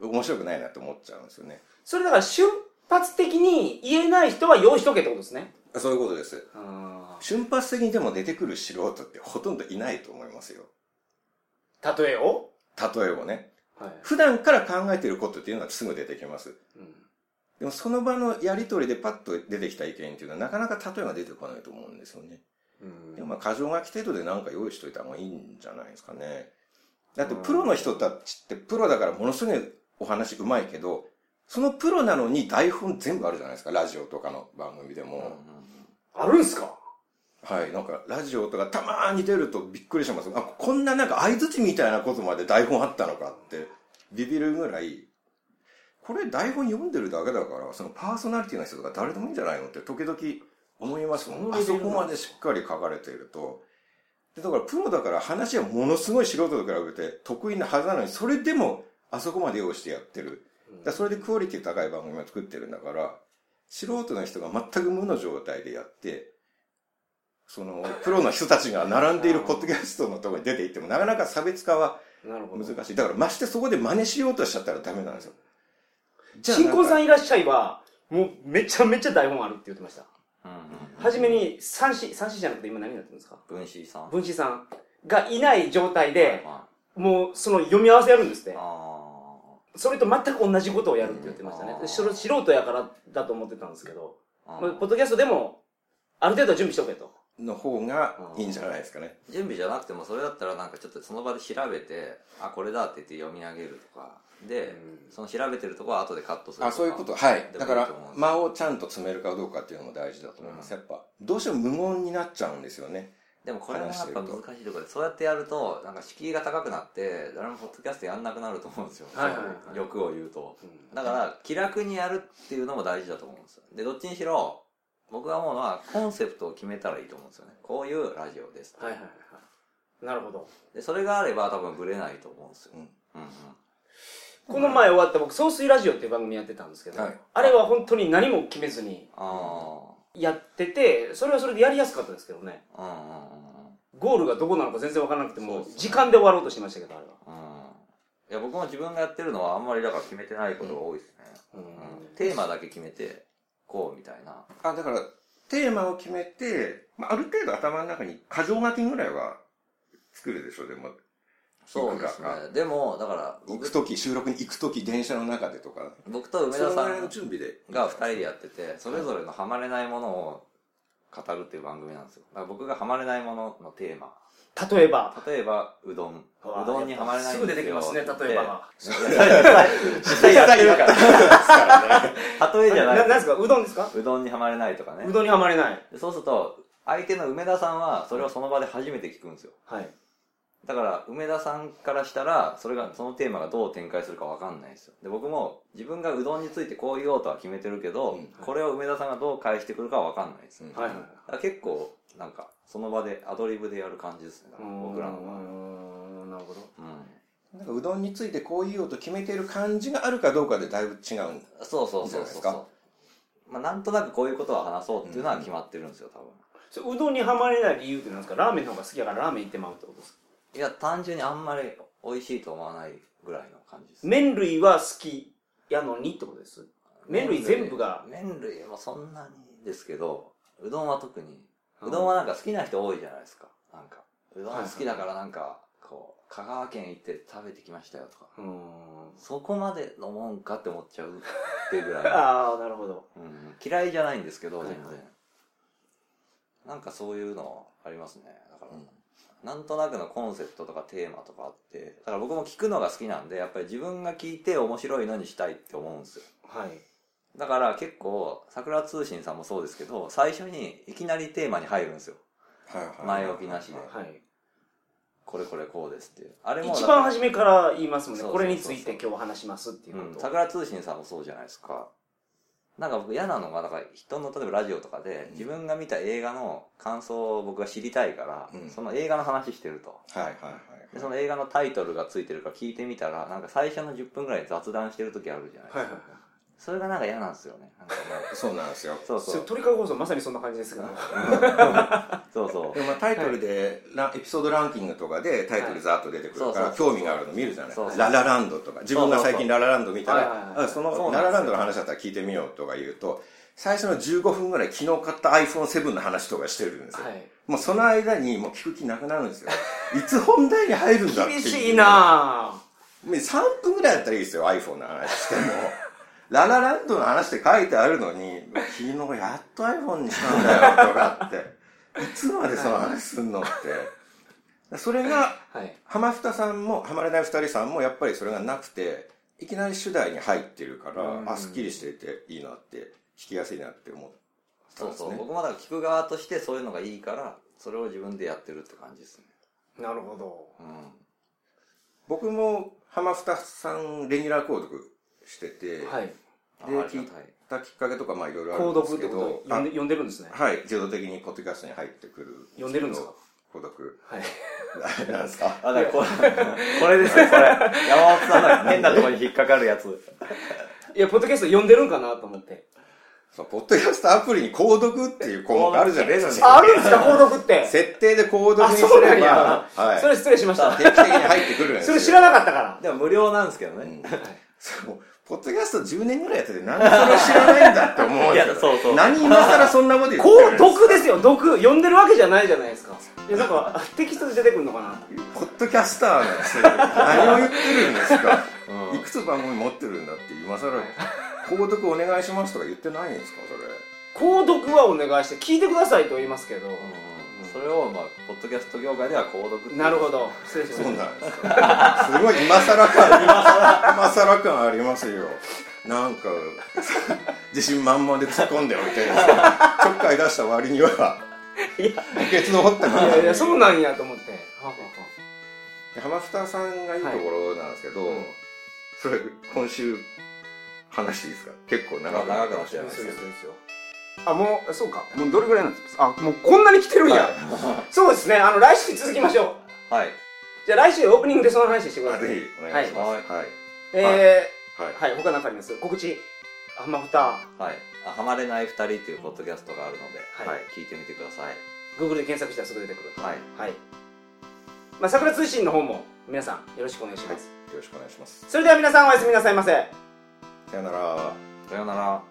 S2: 面白くないなと思っちゃうんですよね。
S1: それだから瞬発的に言えない人は用意しとけってことですね。
S2: そういうことです。
S1: あ
S2: 瞬発的にでも出てくる素人ってほとんどいないと思いますよ。
S1: ー例えを
S2: 例えばね。
S1: はい。
S2: 普段から考えてることっていうのはすぐ出てきます。
S1: うん
S2: でもその場のやりとりでパッと出てきた意見っていうのはなかなか例えが出てこないと思うんですよね。でもまあ過剰書き程度で何か用意しといた方がいいんじゃないですかね。だってプロの人たちってプロだからものすごいお話うまいけど、そのプロなのに台本全部あるじゃないですか、ラジオとかの番組でも。
S1: あるんすか
S2: はい、なんかラジオとかたまーに出るとびっくりします。あ、こんななんか相槌みたいなことまで台本あったのかって、ビビるぐらい、これ台本読んでるだけだから、そのパーソナリティの人とか誰でもいいんじゃないのって時々思いますもん。あ
S1: そ
S2: そ
S1: んなレベルな
S2: こ
S1: んだ
S2: までしっかり書かれていると。でだからプロだから話はものすごい素人と比べて得意なはずなのに、それでもあそこまで用意してやってる。だからそれでクオリティ高い番組を作ってるんだから、素人の人が全く無の状態でやって、その、プロの人たちが並んでいるポッドキャストのところに出ていっても、なかなか差別化は
S1: なるほど。
S2: 難しい。だから、ましてそこで真似しようとしちゃったらダメなんですよ。じゃあ
S1: 新婚さ
S2: なんか
S1: んいらっしゃいは、もうめちゃめちゃ台本あるって言ってました。はじめに三子、三子じゃなくて今何になってるんですか
S3: 分子さん。
S1: 文子さんがいない状態で、
S3: あ
S1: もうその読み合わせやるんですって。
S3: あ
S1: それと全く同じことをやるって言ってましたね
S3: う。ん
S1: で素素人やからだと思ってたんですけど、
S3: あ
S1: まあ
S3: ー
S1: ポッドキャストでも、ある程度は準備しとけと。
S2: の方がいいんじゃないですかね。
S3: 準備じゃなくてもそれだったらなんかちょっとその場で調べてあこれだって言って読み上げるとかで、その調べてるとこは後でカットする
S2: あ、そういうこと。はい。だか
S3: で
S2: ら
S3: もいいと思うん、です
S2: 間をちゃんと詰めるかどうかっていうのも大事だと思います。やっぱ、どうしても無言になっちゃうんですよね。
S3: でもこれもやっぱ難しいところでそうやってやるとなんか敷居が高くなって誰もポッドキャストやんなくなると思うんですよ、
S1: はいはいはい
S3: 欲を言うとだから気楽にやるっていうのも大事だと思うんですよでどっちにしろ僕が思うのはコンセプトを決めたらいいと思うんですよねこういうラジオです
S1: はいはいはい。なるほど。
S3: でそれがあれば多分ブレないと思うんですよ、
S2: うん
S3: うんうん
S1: この前終わった僕、総水ラジオっていう番組やってたんですけど、
S2: はい
S1: あれは本当に何も決めずに
S3: あ
S1: やってて、それはそれでやりやすかったですけどね。
S3: あうんうんうんうん
S1: ゴールがどこなのか全然わからなくて
S3: そう
S1: も
S3: です、ね
S1: 時間で終わろうとしてましたけど、あれは。
S3: うんいや僕も自分がやってるのはあんまりだから決めてないことが多いですね、うんテーマだけ決めてこうみたいな
S2: あ、だから、テーマを決めて、まあ、ある程度頭の中に箇条書きぐらいは作るでしょ、でも。
S3: そうですねでもだから
S2: 行く
S3: 僕
S2: とき、収録に行くとき、電車の中でとか。
S3: 僕と梅
S2: そ
S3: 田
S2: の
S3: さ
S2: ぐらいの
S3: ん
S2: 準備で。
S3: が2人でやっててそれぞれのハマれないものを語るっていう番組なんですよだから僕がハマれないもののテーマ
S1: 例えば。
S3: 例えばうどんうどんにハマれないんですよ
S1: が。
S3: 実際やってるから例えじゃ
S1: な
S3: な い
S1: なんですかうどんですか
S3: うどんにハマれないとかね
S1: うどんにはまれない。
S3: でそうすると相手の梅田さんはそれをその場で初めて聞くんですよ
S1: はい。
S3: だから梅田さんからしたらそれがそのテーマがどう展開するかわかんないんですよで僕も自分がうどんについてこう言おうとは決めてるけど、
S2: うん
S3: これを梅田さんがどう返してくるかはわかんないです、
S2: うん
S1: はいはい。
S3: だから結構なんかその場でアドリブでやる感じですねだから僕らの場合
S1: うんなるほど。
S3: うん
S2: なんかうどんについてこう言おうと決めてる感じがあるかどうかでだいぶ違うんだ。
S3: そうそう
S2: じゃな
S3: そう
S2: いで
S3: そ
S2: す
S3: う
S2: か
S3: まあ、なんとなくこういうことは話そうっていうのは決まってるんですよ多分
S1: それうどんにはまれない理由ってなんですかラーメンの方が好きやからラーメン行ってまうってことですか
S3: いや単純にあんまり美味しいと思わないぐらいの感じです
S1: 麺類は好きやのにってことです麺類全部が
S3: 麺類もそんなにですけどうどんは特にうどんはなんか好きな人多いじゃないですかなんかうどん好きだからなんかこう香川県行って食べてきましたよとか
S1: うーん
S3: そこまでのもんかって思っちゃうってぐらい
S1: ああなるほど
S3: うん嫌いじゃないんですけど
S1: はい
S3: 全
S1: はい
S3: 然、なんかそういうのありますねだから、
S2: うん
S3: なんとなくのコンセプトとかテーマとかあってだから僕も聞くのが好きなんでやっぱり自分が聞いて面白いのにしたいって思うんですよ
S1: はい
S3: だから結構、桜通信さんもそうですけど、最初にいきなりテーマに入るんですよ。
S2: はいはい。
S3: 前置きなしで
S1: はい。
S3: これこれこうですっていう。あれも
S1: 一
S3: だから
S1: 番初めから言いますもんね。
S3: そう
S1: こ
S3: そうそうそう
S1: れについて今日話しますっていう
S3: う
S1: こ
S3: ん
S1: と。
S3: 桜通信さんもそうじゃないですか。なんか僕嫌なのが、だから人の例えばラジオとかで
S2: うん、
S3: 自分が見た映画の感想を僕が知りたいから、
S2: うん
S3: その映画の話してると。
S2: はいはいはい。
S3: で、その映画のタイトルがついてるか聞いてみたら、なんか最初の10分ぐらい雑談してる時あるじゃないですか。
S1: はいはいはい。
S3: それがなんか嫌なんですよね。なんかね
S2: そうなんですよ。
S3: そう
S1: そ
S3: そう
S1: れ。鳥かご放送まさにそんな感じですから。
S3: そうそう
S2: で。もまあタイトルで、ラエピソードランキングとかでタイトルざーっと出てくるから、
S3: はいそうそう
S2: 興味があるの見るじゃない
S3: そうそう
S2: ララランドとか自分が最近ララランド見た
S1: はいはい
S2: ら
S1: はい
S2: あそ
S3: そ
S2: のラ
S3: うなんですよ
S2: ラランドの話だったら聞いてみようとか言うと最初の15分ぐらい昨日買った iPhone7 の話とかしてるんですよ、
S1: はい。
S2: もうその間にもう聞く気なくなるんですよいつ本題に入るんだっていう
S1: 厳しいなぁ。
S2: 3分ぐらいだったらいいですよ iPhone の話しても ララランドの話って書いてあるのに昨日やっと iPhone にしたんだよとかっていつまでその話すんのってそれが
S1: はい。
S2: 浜二さんもハマれない二人さんもやっぱりそれがなくていきなり主題に入ってるから、
S1: うん
S2: あすっきりしてていいなって聞きやすいなって思ったん
S3: そう
S2: です
S3: そう。
S2: ね
S3: 僕もだから聞く側としてそういうのがいいから、それを自分でやってるって感じですね。
S1: なるほど。
S3: うん。
S2: 僕も浜二さんレギュラー購読してて、
S1: はい。
S2: で
S3: あありがたい。
S2: たきっかけとかまあいろいろある
S1: 購
S2: んです
S1: 読っ
S2: け
S1: て
S2: ど
S1: こと呼んで呼んでるんですね。
S2: はい、自動的にポッドキャストに入ってくる。
S1: 呼んでるんですか
S2: 孤独。
S1: はい。
S2: あれなんですか
S3: あ、だからこれ、 これですよ、これ。山本さんが変なとこに引っかかるやつ。
S1: いや、ポッドキャスト呼んでるんかなと思って。
S2: そうポッドキャストアプリに購読っていう項目あるじゃないです
S1: あ、
S2: か。
S1: あるんですか購読って。
S2: 設定で購読
S1: あ、
S2: にす
S1: そうなん
S2: れ
S1: や
S2: ば、。はい
S1: そ。れ失礼しました。
S2: 定期的に入ってくるんです
S1: そ
S2: よ。
S1: れ知らなかったから。
S3: でも無料なんですけどね。
S2: うんそうポッドキャスト10年ぐらいやってて、なんでそれを知らないんだって思うんです
S3: い
S2: よ。
S3: やそうそう
S2: 何今更そんなこと言ってるん
S1: 購
S2: ですか
S1: 読ですよ、読。呼んでるわけじゃないじゃないですか。いや、なんか、テキストで出てくるのかな。
S2: ポッドキャスターなんですよ。何を言ってるんですか
S3: うん
S2: いくつ番組持ってるんだって、今更、購読お願いしますとか言ってないんですかそれ。
S1: 購読はお願いして、聞いてくださいと言いますけど。
S3: うんそれを、まあ、ポッドキャスト業界では購読っていう
S1: なるほ。ど。失礼しま
S2: そう
S1: し
S2: なんですか。すごい今更 感、今更感ありますよ。なんか、自信満々で突っ込んでおいて、ちょっかい出した割には、
S1: た。いや、
S2: 墓穴の掘った
S1: いやいや、
S2: 話。
S1: そうなんやと思って。ははは
S2: 浜二さんがいいところなんですけど、
S1: はい
S2: それ、今週、話していいですか結構長く
S3: 長くなっちゃいます
S1: そう
S3: け
S1: で
S3: ど
S1: す。そうですよ。あ、もう、そうか。もうどれぐらいなんですかあ、もうこんなに来てるんや。そうですね。あの、来週に続きましょう。
S3: はい。
S1: じゃあ来週オープニングでその話してくだ
S2: あ
S1: さい。
S2: ぜひ、お願いします。はい。
S1: え
S2: はい
S1: ー、。はい、他何かあります告知。あんまふた。
S3: はい。あはまれない二人っていうポッドキャストがあるので、
S1: はい
S3: はい。聞いてみてください。
S1: Google で検索したらすぐ出てくる。
S3: はい。
S1: はい。まあ、桜通信の方も皆さんよろしくお願いし
S2: はい
S1: ます。
S2: よろしくお願いします。
S1: それでは皆さんおやすみなさいませ。
S2: さよなら。
S3: さようなら。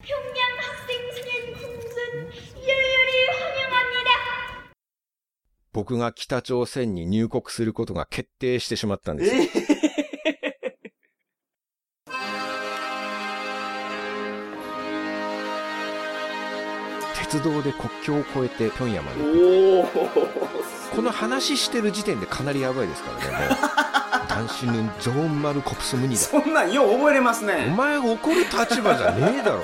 S4: 평양 학생 소년 공순 요요리 환영합니다.
S2: 僕が北朝鮮に入国することが決定してしまったんですよ。鉄道で国境を越えて平壌まで
S1: おお。
S2: この話してる時点でかなりやばいですからねもう単身のジョーン・マルコプス・ムニだ
S1: そんなんよう覚えれます
S2: お
S1: ね。
S2: 前怒る立場じゃねえだろ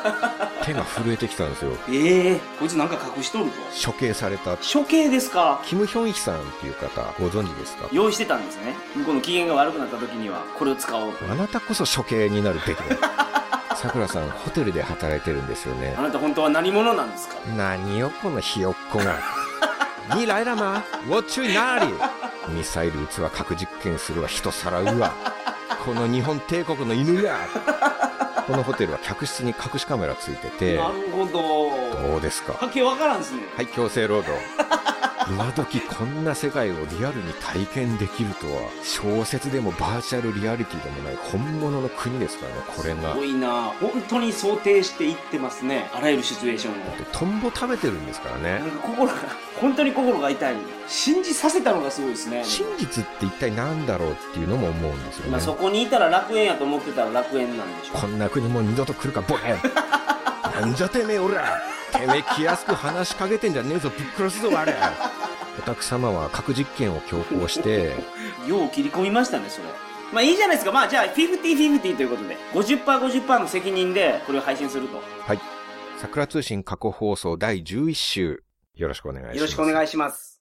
S2: 手が震えてきたんですよ
S1: ええこいつなんか隠しとると。
S2: 処刑された
S1: 処刑ですか
S2: キム・ヒョンヒさんっていう方ご存知ですか
S1: 用意してたんですね。向こうの機嫌が悪くなった時にはこれを使おうと。
S2: あなたこそ処刑になるべきださくらさんホテルで働いてるんですよね
S1: あなた本当は何者なんですか
S2: 何よこのひよっこがにライラマウォッチュイナーリミサイル撃つわ核実験するわ人さらうわこの日本帝国の犬がこのホテルは客室に隠しカメラついてて
S5: なるほど。
S2: どうですか
S5: はけわからんですね。
S2: はい強制労働今時こんな世界をリアルに体験できるとは小説でもバーチャルリアリティでもない本物の国ですからねこれが
S1: すごいな本当に想定していってますねあらゆるシチュエーションを
S2: でトンボ食べてるんですからね
S1: なんか心が本当に心が痛い信じさせたのがすごいですね
S2: 真実って一体何だろうっていうのも思うんですよ
S1: まあ、そ
S2: ね
S1: こにいたら楽園やと思ってたら楽園なんでしょう
S2: こんな国もう二度と来るかボケなんじゃてめえおらてめえ気安く話しかけてんじゃねえぞぶっ殺すぞあれお宅様は核実験を強行して
S1: よう切り込みましたねそれまあいいじゃないですかまあじゃあ50-50ということで 50%50% の責任でこれを配信すると
S2: 桜通信過去放送第11週。よろしくお願いします。
S1: よろしくお願いします